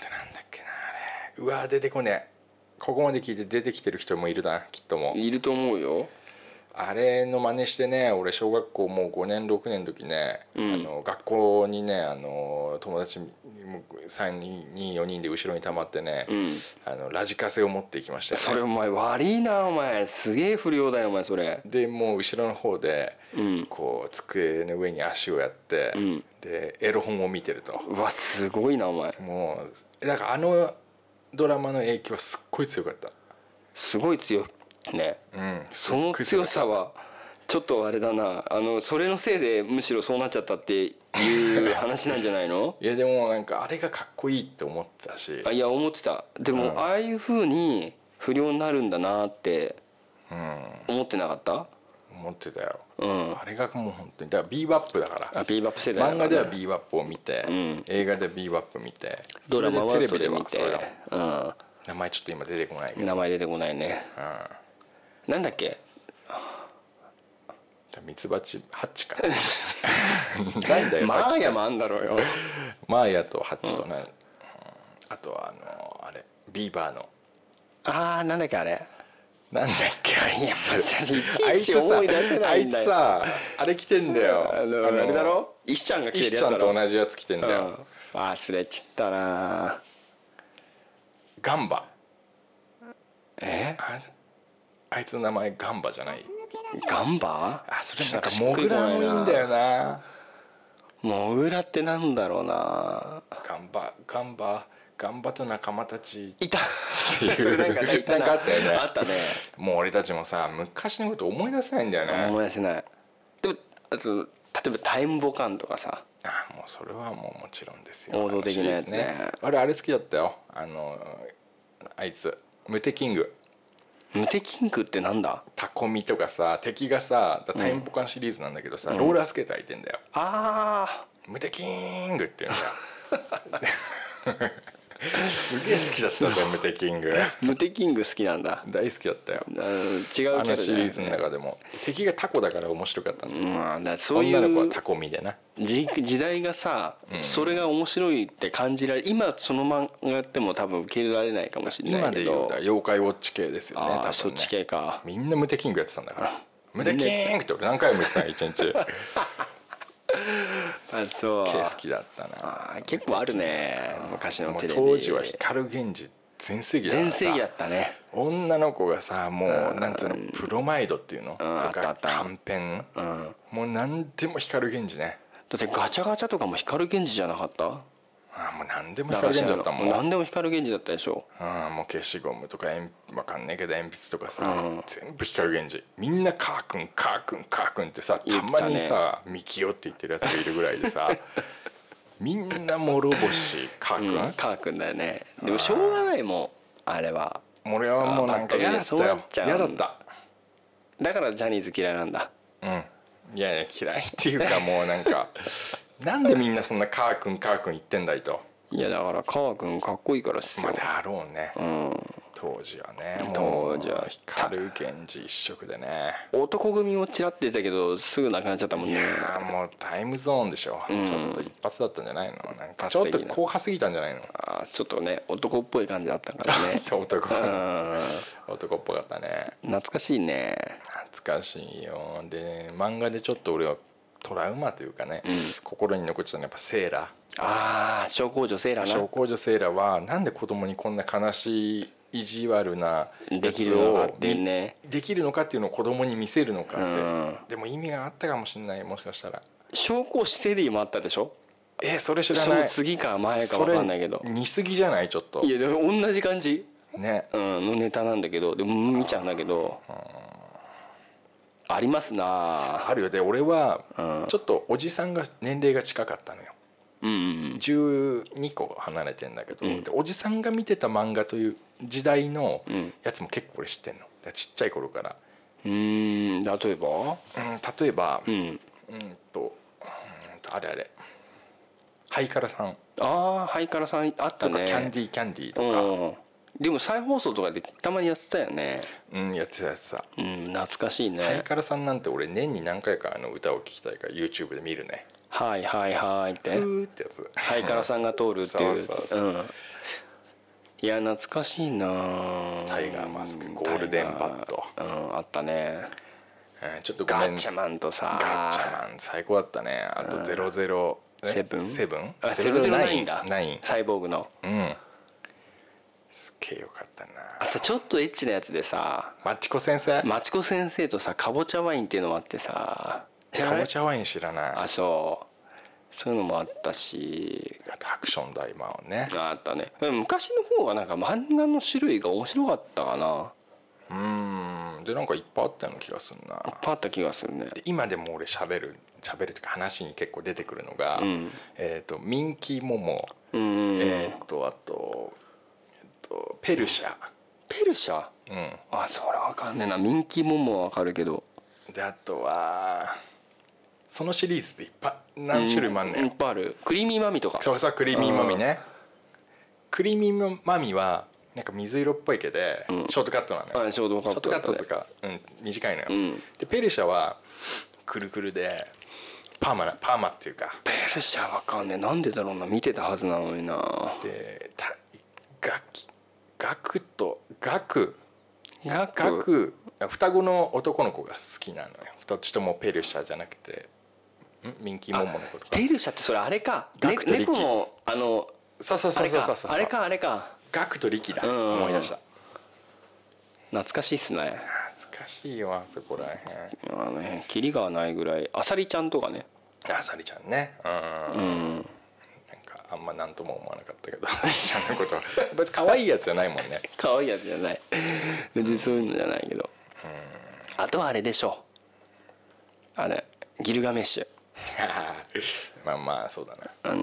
となんだっけなあれうわ出てこねえここまで聞いて出てきてる人もいるなきっとも
いると思うよ
あれの真似してね俺小学校もう5年6年の時ね、
うん
あの学校にねあの友達3人4人で後ろにたまってね、
うん
あのラジカセを持っていきましたよね
それお前悪いなお前すげえ不良だよお前それ
でもう後ろの方で
うん
こう机の上に足をやって、
うん
でエロ本を見てると
うわすごいなお前
もうだからあのドラマの影響はすっごい強かった
すごい強いね
うん
その強さはちょっとあれだなあのそれのせいでむしろそうなっちゃったっていう話なんじゃないの
いやでもなんかあれがかっこい [LAUGHS] いって思ってたし
あいや思ってたでも、
うん
ああいう風に不良になるんだなって
うん
思ってなかった
思ってたよ
うん
あれがもう本当にだからビーバップだから
あビーバップ世代だから
漫画では
ね
ビーバップを見て、
うん
映画でビーバップ見て
ドラマは
れで
それ見
テ
て
レビではそうよ
う
名前ちょっと今出てこないけ
ん
ど、
名前出てこないね
う
なんだっけ
ん、ミツバチハッチか [LAUGHS] なんだよ
マ
さっ
ー
き
ヤマンだろう
[LAUGHS]
よ
マーヤとハッチとね、うんあとはあのあれビーバーの
あーなんだっけあれ
なんだっけあい
いや
つ
さ
あい
いちい
つ
ち
さ
思い出せ
あ
ない
い
ん
つ
だよ
さあれ着てんだよ
あのあれだろ石ちゃんが着て
石
る
ち
や
ゃ
つだ
ん
ろ
と同じやつ着てんだよ、
うん忘れちったな
ガンバ
え
ああいつの名前ガンバじゃない
ガンバ
あそれなんか
しっ
モ
く
グ
りこ
ラ
な
もいいんだよな
モグラってなんだろうな
ガンバガンバ頑張った仲間たち
いたそ
いう
れなんかねいた
なんかあったよね
あったね
もう俺たちもさ昔のこと思い出せないんだよね
思い出せないでもあと例えば「タイムボカン」とかさ
あもうそれはもうもちろんですよ
王道的なやつね
あのシリーズ俺あれ好きだったよあのあいつムテキング
「ムテキング」ってなんだ
タコミとかさ敵がさタイムボカンシリーズなんだけどさ、ローラースケート履いてんだよ
あ
ムテキングって言うんだよ
[LAUGHS]
すげえ好きだったぜムテキング
ームテキング好きなんだ
大好きだったよ
あの違うキャラ
あ
じゃな
の
い
シリーズの中でも敵がタコだから面白かったんだよ、
まあだからそうい
女の子は
う
タコミでな
時時代がさ、それが面白いって感じられ今その漫画やっても多分受け入れられないかもしれな
今
い
で
け
言う
ど
と妖怪ウォッチ系ですよね多
あ
分
あ、
ね
そっち系か
みんなムテキングやってたんだ
[LAUGHS]
から「ムテキング!」って俺何回も言ってたの一日
あそう
系好きだったな
あー結構あるね昔の
もう
テレビ
当時は光源氏全盛期だから
全
さ
盛期だったね
女の子がさもうなんつうのプロマイドっていうのと
あったあ
か
った
短編
うん
もう何でも光源氏ね
だってガチャガチャとかも光源氏じゃなかった
あーもう何でも
駄
光
菓
源
子屋
氏だ
の
ったも
も
ん
う何でも光源氏だったでしょ
あもう消しゴムとかえんわかんないけど鉛筆とかさ、
うん
全部光源氏みんな「カーくんカーくんカーくん」ってさ
言ったてたね
まにさ「みきよ」って言ってるやつがいるぐらいで
[LAUGHS]
さみんな諸星カーくん、
うんカー君だよねでもしょうがないもんあれは
俺はもうなんか嫌だった
あバッ
よ
ドキャ
嫌だ
ラそうなっちゃう
った
だからジャニーズ嫌いなんだ
うんいやいや嫌いっていうかもうなんか [LAUGHS] なんでみんなそんな「カーくんカーくん」言ってんだいと
いやだからカー君かっこいいからっす
ま
よ
あだろうね、
うん
当時はね
当時は
もう光源氏一色でね
男組もちらって出たけどすぐなくなっちゃったもん
い
ね
やーもうタイムゾーンでしょ、
ん
ちょっと一発だったんじゃないのなんか
一
ちょっ
発
と
的な
硬派すぎたんじゃないの
あーちょっとね男っぽい感じだったから
[LAUGHS]
ね
男
う
男っぽかったね
ん懐かしいね
懐かしいよで漫画でちょっと俺はトラウマというかね、心に残っちゃったのはやっぱセーラ
ああ小公女セーラーな
小公女セーラはなんで子供にこんな悲しい意地悪なやつを
できるのかっていうね
みできるのかっていうのを子供に見せるのかって、
うん
でも意味があったかもしれないもしかしたら
小公子セディもあったでしょ
えそれ知ら
そ
な
の
い
次か前か分かんないけど
それ似すぎじゃないちょっと
いやでも同じ感じ、
ね
うん、のネタなんだけどでも見ちゃうんだけどありますなあ
あるよで俺は
うん
ちょっとおじさんが年齢が近かったのよ
うんうん
12個離れてんだけど、
うん
でおじさんが見てた漫画という時代の
うん
やつも結構俺知ってんのだからちっちゃい頃から、
うーん例えば
うん、例えば
う、ん
うん、とうんとあれあれハイカラさん
ああハイカラさんあっ
と
た
か、
ね
キャンディーキャンディーとか、
うんでも再放送とかでたまにやってたよね
うん、やってたやつさ
うん懐かしい
ハイ
ね
カラさんなんて俺年に何回かあの歌を聴きたいから YouTube で見るね
はいはいはいっ
「う
て
ー」ってやつ
ハイカラさんが通るっていう
そうそうそう
うんいや懐かしいなあ
タイガーマスクゴールデンバット
タイガーうんあったね
うんちょっとごめ
ガ
ん
ッチャマンとさ
ガッチャマン最高だったねあとゼロゼロ
セブン
セブン
あセブンゼロナインだ
ナイン
サイボーグの
うんすっげえよかったな
あさちょっとエッチなやつでさ
マッチコ先生
マチコ先生とさかぼちゃワインっていうのもあってさ
かぼちゃワイン知らない
あ
あ
そうそういうのもあったし
とアクション大魔王ね
あったねでも昔の方がなんか漫画の種類が面白かったかな
うーんでなんかいっぱいあったような気がするない
っぱいあった気がするね
で今でも俺喋る喋るっていうか話に結構出てくるのが、
うん
えっ、とミンキーモモ、
うんうんうん、
えっ、とあと,、えー、とペルシャ
ペルシャ
うん
あそれわかんねえなミンキーモモはわかるけど
であとはそのシリーズでいっぱい何種類もあんのよ、
いっぱいあるクリーミーマミとか
そうそうクリーミーマミねクリーミーマミはなんか水色っぽい毛で
うん
ショートカットなのよ、
あショートカットだ
ショー
っ
トカ
た
ッ
ね
トとか、うん、短いのよ、
うん
でペルシャはくるくるでパーマなパーマっていうか
ペルシャわかんねえなんでだろうな見てたはずなのにな
でたガキガクとガク
ガ
ガク双子の男の子が好きなのよどっちともペルシャじゃなくてんミンキーモモのことか
ペルシャってそれあれか、
ガ
ね
ク、とリキ
猫のあの
そうそう
あ
そう
れ
そう
か
そうそう
あれかあれか
ガクとリキだ、
うん
思い出した
懐かしいっすね
懐かしいよあそこらへん
あの辺キリがないぐらいアサリちゃんとかね
あさりちゃんねうん、なんかあんま何とも思わなかったけどちゃんのことは別に可愛いやつじゃないもん
[LAUGHS]
ね
可愛いやつじゃない別にそういうのじゃないけどあとはあれでしょうあれギルガメッシュ
まあまあそうだな、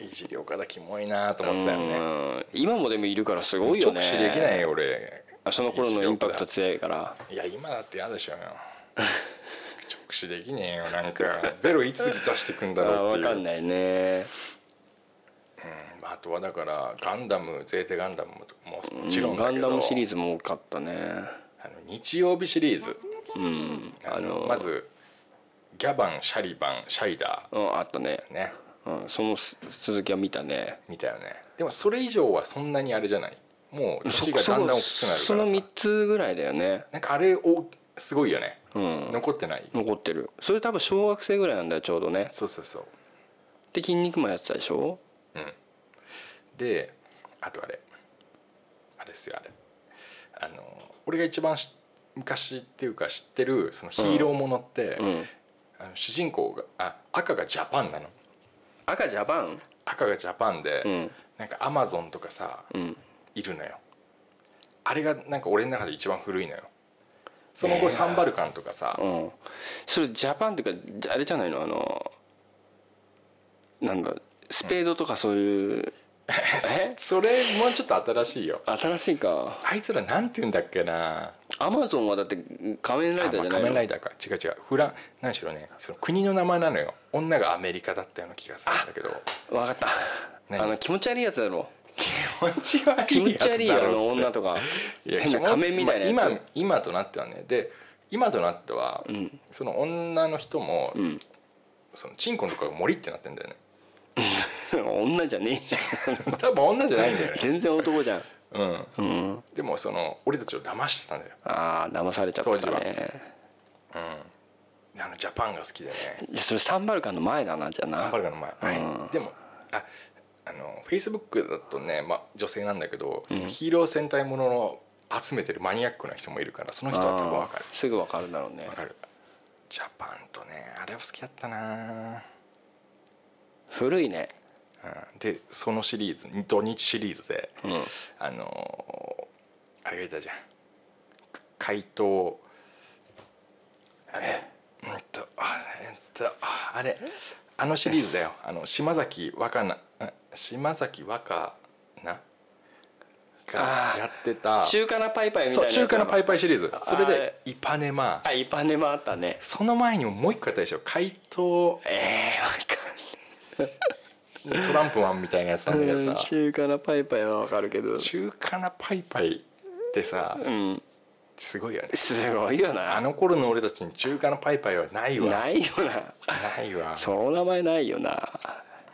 いじり岡田キモいなと思ってたよね
うん今もでもいるからすごいよね
直視できないよ俺
あその頃のインパクト強いから
いや今だって嫌でしょうよ直視できねえよなんかベロいつ出してくん
[LAUGHS] あ
だろうってい
分
う
かんないね
うんまああとはだからガンダムゼーテガンダムもももちろんだ
ガ
け
ン
ど、
ダムシリーズも多かったね
あの日曜日シリーズ
うん
あ
あ
の
の
まずギャバンシャリバンシャイダ
うんあったね
ーね
うんそのす続きは見たね
見たよねでもそれ以上はそんなにあれじゃないも
[LAUGHS]
う
そ
年がだんだん大きくなる
そ
か
の
ら
3
さ
つぐらいだよね
なんかあれをすごいよね、
うん
残ってない
残ってるそれ多分小学生ぐらいなんだよちょうどね
そうそうそう
で筋肉マンやってたでしょ
であとあれあれですよあれあの俺が一番し昔っていうか知ってるそのヒーローものって、
うん
あの主人公があ赤がジャパンなの
赤ジャパン
赤がジャパンで、
うん
なんかアマゾンとかさ、
うん
いるのよあれがなんか俺の中で一番古いのよその後サンバルカンとかさ、
うんそれジャパンっていうかあれじゃないのあのなんだスペードとかそういうえ
それもうちょっと新しいよ
新しいか
あいつらなんて言うんだっけな
アマゾンはだって仮面ライダー
あまあ
じゃない
仮
の
面ライダーか違う違うフラン何しろねその国の名前なのよ女がアメリカだったような気がするんだけど
分かった
何
あの気持ち悪いやつだろ
気持ち悪いやつだろ
気持ち悪いよあの女
か
とか変な仮面みたいなや
今今となってはねで今となっては、
ん
その女の人も、
つうん
そのチンコのとこが森ってなってんだよね [LAUGHS]
女じゃねえじ
多分女じゃないんだよ
ゃん
ね
全然男じゃん
うん
うん
でもその俺たちを騙してたんだよ、
ああ騙されちゃった
当時は
ね
うん、あのジャパンが好きでね
いやそれサンバルカンの前だなじゃあな
サンバルカの前、
う
はい、でもああのフェイスブックだとね、まあ、女性なんだけど、そのヒーロー戦隊ものの集めてるマニアックな人もいるからその人は多分わかる
あーすぐ分かるだろうね
わかるジャパンとねあれは好きだったな、
古いね
うん、でそのシリーズ土日シリーズで、
うん
あのーあれがいたじゃん怪盗あれうんとあえっとあれあのシリーズだよあの島崎若菜あ島崎若菜が
あー
やってた
中華なパイパイみたいな
そう
やつ
中華のパイパイシリーズ
あ
それ
あ
で
れ
イパネマ
あイパネマあったね
その前にももう一個やったでしょ怪盗
ええ
トランプマンみたいなやつなんだけ
分
ど
かん
さ
中華なパイパイは分かるけど
中華なパイパイってさ
うん
すごいよね
すごいよな
あの頃の俺たちに中華のパイパイはないわ
ないよな
ないわ
その名前ないよな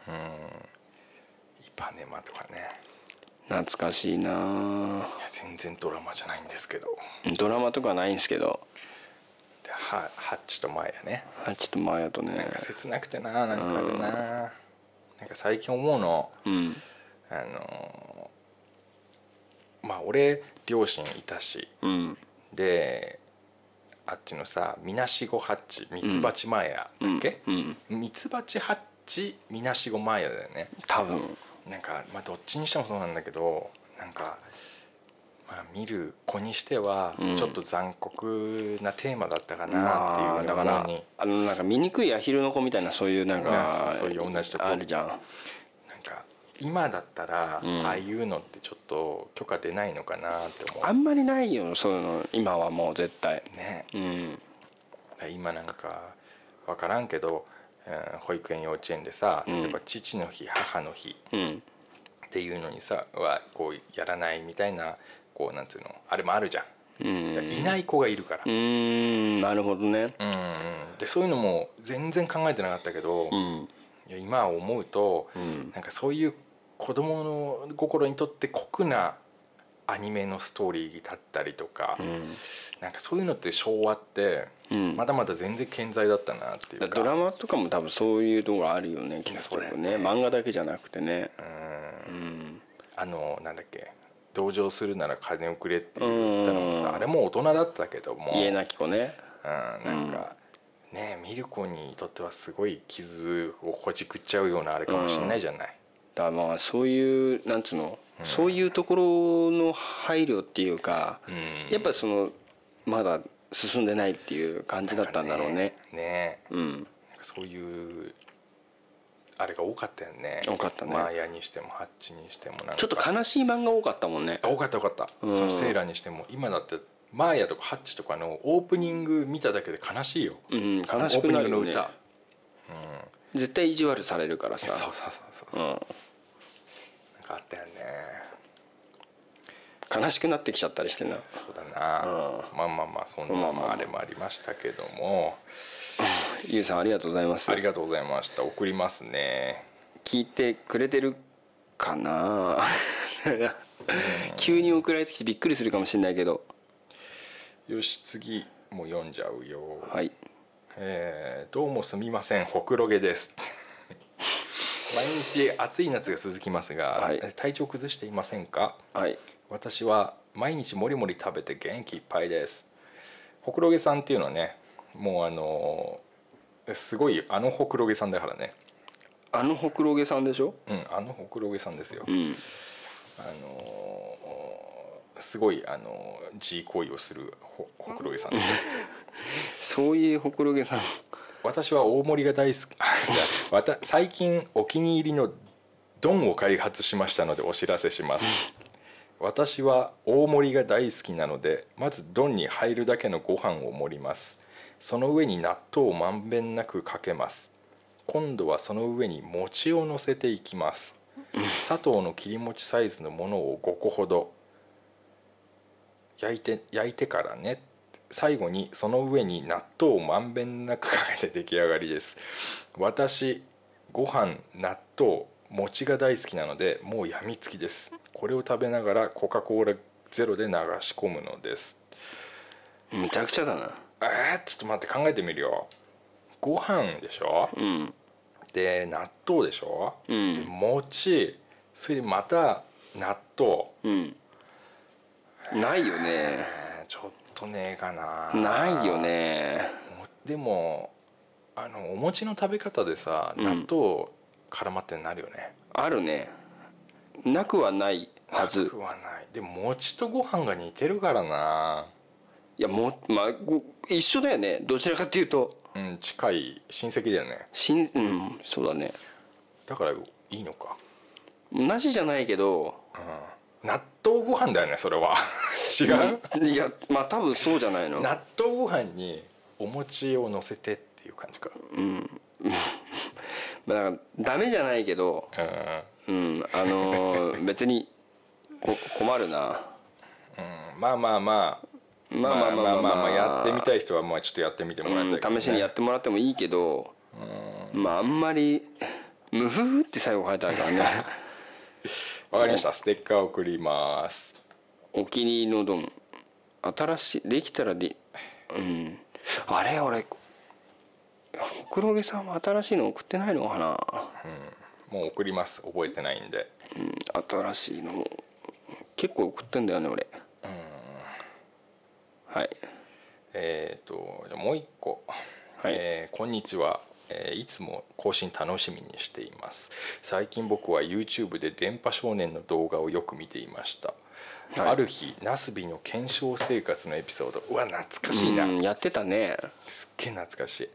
イパネマとかね
懐かしいない
や全然ドラマじゃないんですけど
ドラマとかないんすけど
でハハッチとマヤね
あちょっと前やと
なん
ね
か切なくてななんかあれななんか最近思うの
うん
あのーまあ俺両親いたし
うん
であっちのさみなしごハッチミツバチマヤだっけ
うん
ミツバチハッチみなしごマヤだよね
多分
なんか、まあ、どっちにしてもそうなんだけどなんか、まあ、見る子にしては
うん
ちょっと残酷なテーマだったかな
ま
っ
あ
ていう
だ
ふう
か
に思う
ら
に
あのなんか醜いアヒルの子みたいなそういうなん
まあ
か
そうそういう同じとこ
あるじゃん
なんか今だったら、
うん
ああいうのってちょっと許可出ないのかなって思
あんまりないよそういうの今はもう絶対
うね
うん
だから今なんか分からんけど、うん保育園幼稚園でさ
うん
例えば父の日母の日
うん
っていうのにさはこうやらないみたいなこうなんていうのあれもあるじゃん。
うん
いない子がいるから
う、ーんなるほどね
うんうんでそういうのも全然考えてなかったけど、
う
い
ん
や今思うと
うん
なんかそういう子供の心にとって酷なアニメのストーリーだったりとか、
うん
なんかそういうのって昭和って
うん
まだまだ全然健在だったなっていうか
ドラマとかも多分そういうところあるよね結
そうだよ
局ね漫画だけじゃなくてね
うん
うん
あのなんだっけ同情するなら金をくれって言ったのも
うん
さあれも大人だったけども
家なき子ね
うん、なんか、ねえミルコにとってはすごい傷をほじくっちゃうようなあれかもしれないじゃない、
だからまあそういうなんつうの、そういうところの配慮っていうか、
うん
やっぱりそのまだ進んでないっていう感じだったんだろうね
ね
うん
なんかそういうあれが多かったよね
多かったね
マーヤにしてもハッチにしてもなんか
ちょっと悲しい漫画多かったもんね
多かった多かった、
うん
そのセーラーにしても今だってマーヤとかハッチとかのオープニング見ただけで悲しいよ、
うん悲しくなるよ
オープニングの
ね
歌、うん、
絶対意地悪されるから
そうそう
さ
そうそう
う、ん、
なんかあったよね
悲しくなってきちゃったりしてな
そうだな、
う
まあまあまあそんな
まあまあまあ
まああれもありましたけども、
ゆうさんありがとうございます
ありがとうございました送りますね
聞いてくれてるかな [LAUGHS] 急に送られてきてびっくりするかもしれないけど
よし次もう読んじゃうよ、
はい
えーどうもすみませんほくろげです [LAUGHS] 毎日暑い夏が続きますが、
はい
体調崩していませんか
はい
私は毎日もりもり食べて元気いっぱいですほくろげさんっていうのはねもうあのーすごいあのほくろげさんだからね
あのほくろげさんでしょ
うんあのほくろげさんですよ、
うん
あのーすごいあのー G 行為をするほほくろげさんです
そういうほくろげさん
私は大盛りが大好き [LAUGHS] わた最近お気に入りの丼を開発しましたのでお知らせします私は大盛りが大好きなのでまず丼に入るだけのご飯を盛りますその上に納豆をまんべんなくかけます今度はその上に餅を乗せていきます砂糖の切り餅サイズのものを5個ほど焼いて焼いてからね最後にその上に納豆をまんべんなくかけて出来上がりです私ご飯納豆餅が大好きなのでもうやみつきですこれを食べながらコカ・コーラゼロで流し込むのです
むちゃくちゃだな
えー、ちょっと待って考えてみるよご飯でしょ
うん
で納豆でしょ、
う
で
ん
餅それでまた納豆
うんないよね
えーちょっとねえかな
ないよね
もでもあのお餅の食べ方でさ
うん
納豆絡まってんのあるよね、
あるねなくはないはず
なくはないでも餅とご飯が似てるからない
やもまあご一緒だよねどちらかっていうと
うん近い親戚だよね
しんうんそうだね
だからいいのか、
同じじゃないけど
うん、納豆ご飯だよねそれは [LAUGHS] 違う
いやまあ多分そうじゃないの
納豆ご飯にお餅を乗せてっていう感じか
まあだからダメじゃないけど
うん
うんあのー別にこ困るな
うんまあまあまあ
まあまあまあまあまあ
やってみたい人はまあちょっとやってみてもらいたいけどね、
うん試しにやってもらってもいいけどまああんまり「ムフフ」って最後書いてあるからね
わかりましたステッカー送ります
お気に入りの丼新しいできたらでうんあれ俺ほくろげさんは新しいの送ってないのかな
もう送ります覚えてないんで
新しいの結構送ってんだよね俺はい
えっ、とじゃあもう一個、
はい
えーこんにちは、えーいつも更新楽しみにしています最近僕は YouTube で電波少年の動画をよく見ていました、
はい
ある日ナスビの検証生活のエピソードうわ懐かしいな、
うんやってたね
すっげえ懐かしい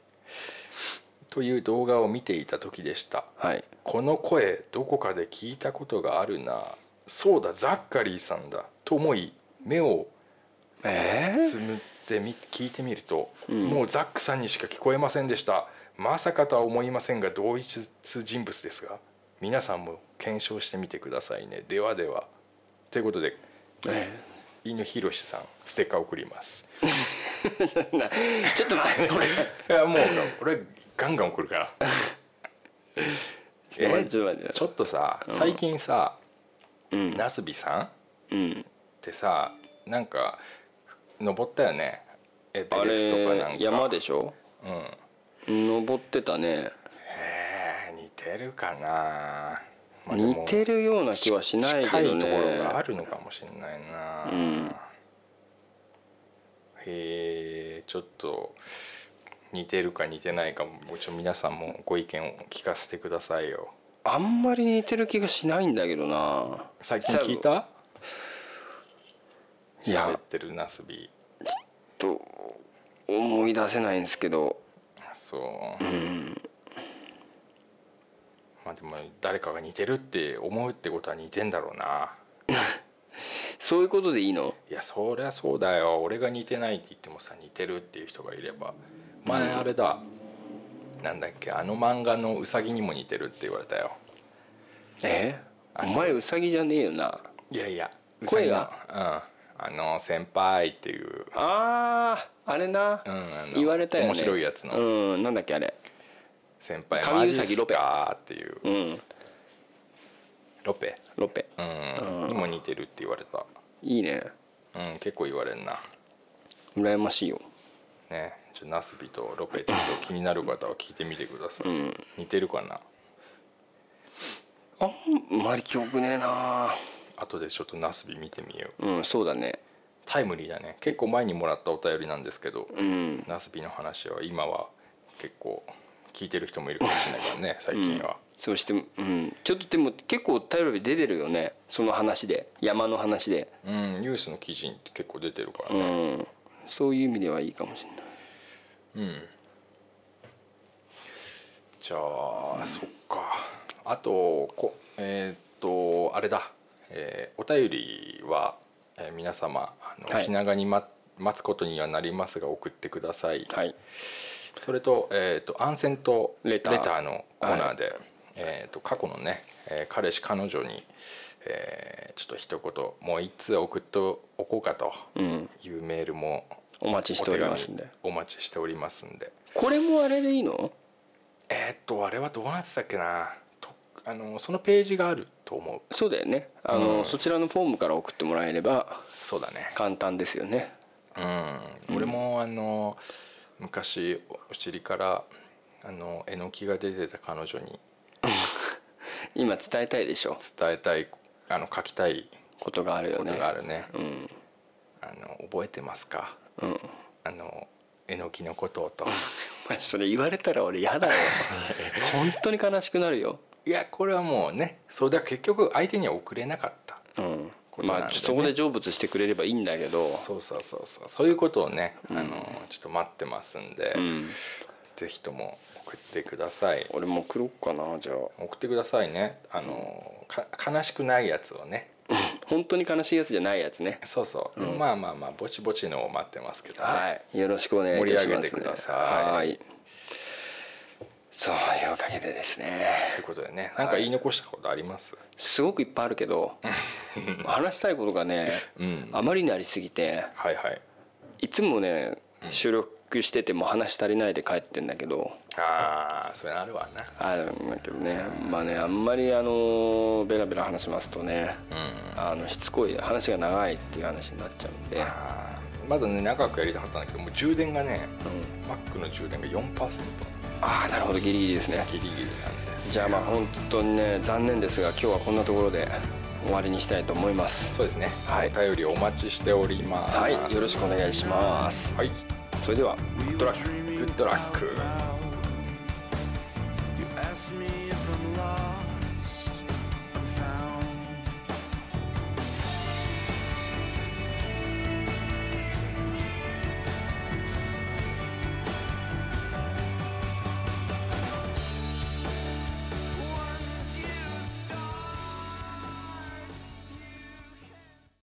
という動画を見ていた時でした
はい
この声どこかで聞いたことがあるなそうだザッカリーさんだと思い目を
え
つむってみ聞いてみると、もうザックさんにしか聞こえませんでしたまさかとは思いませんが同一人物ですが皆さんも検証してみてくださいねではではということで犬ひろしさんステッカー送ります
ちょっと待って俺
いやもう俺ガンガン送るから
[LAUGHS] ちょっと待ってちょっと待って
ちょっとさ最近さ、
うん
なすびさんっ
うん
てさなんか登ったよねエベ
あ
レストかなんか
れ山でしょ
うん
登ってたね
えー似てるかな、まあで
似
も
てるような気はしないけ
近
どね
いところがあるのかもしれないな、
うん
へえちょっと似てるか似てないかもうちょっと皆さんもご意見を聞かせてくださいよ
あんまり似てる気がしないんだけどな
最近聞いた喋
い
っ
や
てるナスビ
と思い出せないんですけど
そう、まあでも誰かが似てるって思うってことは似てんだろうな
そういうことでいいの
いやそりゃそうだよ俺が似てないって言ってもさ似てるっていう人がいれば前あれだ、なんだっけあの漫画のウサギにも似てるって言われたよ
えお前ウサギじゃねえよない
やいや
声が
がうんあの先輩っていう
あーあれな、
うんあの
言われたよね
面白いやつの
うんなんだっけあれ
先輩
神
マ
ウ
ジ
サ
っ
ギ
す
ロペ
かっていう
うん
ロペ
ロペ
うんにも似てるって言われた
いいね
うん結構言われんな
羨ましいよ
ねじゃあナスビとロペちょっと気になる方は聞いてみてください、
ん
似てるかな
あんまり記憶ねえな
後でちょっとナスビ見てみよう
うんそうだね
タイムリーだね結構前にもらったお便りなんですけど、
うん
ナスビの話は今は結構聞いてる人もいるかもしれないから
[LAUGHS]
ね最近は、
そうしてうんちょっとでも結構頼り出てるよねその話で山の話で
うんニュースの記事に結構出てるから
う
ね、
んそういう意味ではいいかもしれない
じゃあそっかあとこえーっとあれだ、えーお便りは、えー皆様あの、
はい
気長に待待つことにはなりますが送ってください、
はい
それと,、えー、とアンセント
レ
レ
タ
タ
ー
ーのコーナーで、えー、と過去のね、えー彼氏彼女に、えーちょっと一言もう一通送っておこうかと
うん
いうメールも
お待ちしておりますん
お
で
手紙お待ちしておりますんで
これもあれでいいの
えーっとあれはどうなってたっけなとあのそのページがあると思う
そうだよねあの、
うん
そちらのフォームから送ってもらえれば
そうだね
簡単ですよね
うん俺もあの昔お尻からあのえのきが出てた彼女に
今伝えたいでしょ
伝えたいあの書きたい
ことがあるよ
こ
ね
とがあるね
うん
あの覚えてますか
うん
あのえのきのことをと
お前それ言われたら俺やだよ本当に悲しくなるよ
いやこれはもうねそうだ結局相手には送れなかった
うん
ことなんでね
まあそこで成仏してくれればいいんだけど
そうそうそうそうそういうことをね、あのちょっと待ってますんで、
うん
ぜひとも送ってください
俺も送ろうかなじゃあ
送ってくださいねあのか悲しくないやつをね
本当に悲しいやつじゃないやつね
そうそう、まあまあまあぼちぼちのを待ってますけどね、
いよろしくお願いいたします、
盛
ね、
り上げてください
はいそういうおかげでですね
ということでねなんか言い残したことあります、
すごくいっぱいあるけど話したいことがね
うん
あまりにありすぎて
はいはい
いつもね収録してても話足りないで帰ってんだけど
ああそれあるわな
あるんだけどねまあねあんまりあのベラベラ話しますとね
うん
あのしつこい話が長いっていう話になっちゃうんで、
あーまだね長くやりたかったんだけどもう充電がね
うん
マックの充電が4%なんです
ああなるほどギリギリですね
ギリギリなんです
じゃあまあ本当にね残念ですが今日はこんなところで終わりにしたいと思います
そうですね、
はい
お便りお待ちしております
はいよろしくお願いします
はい
それでは
グッドラックグッドラック
You asked me if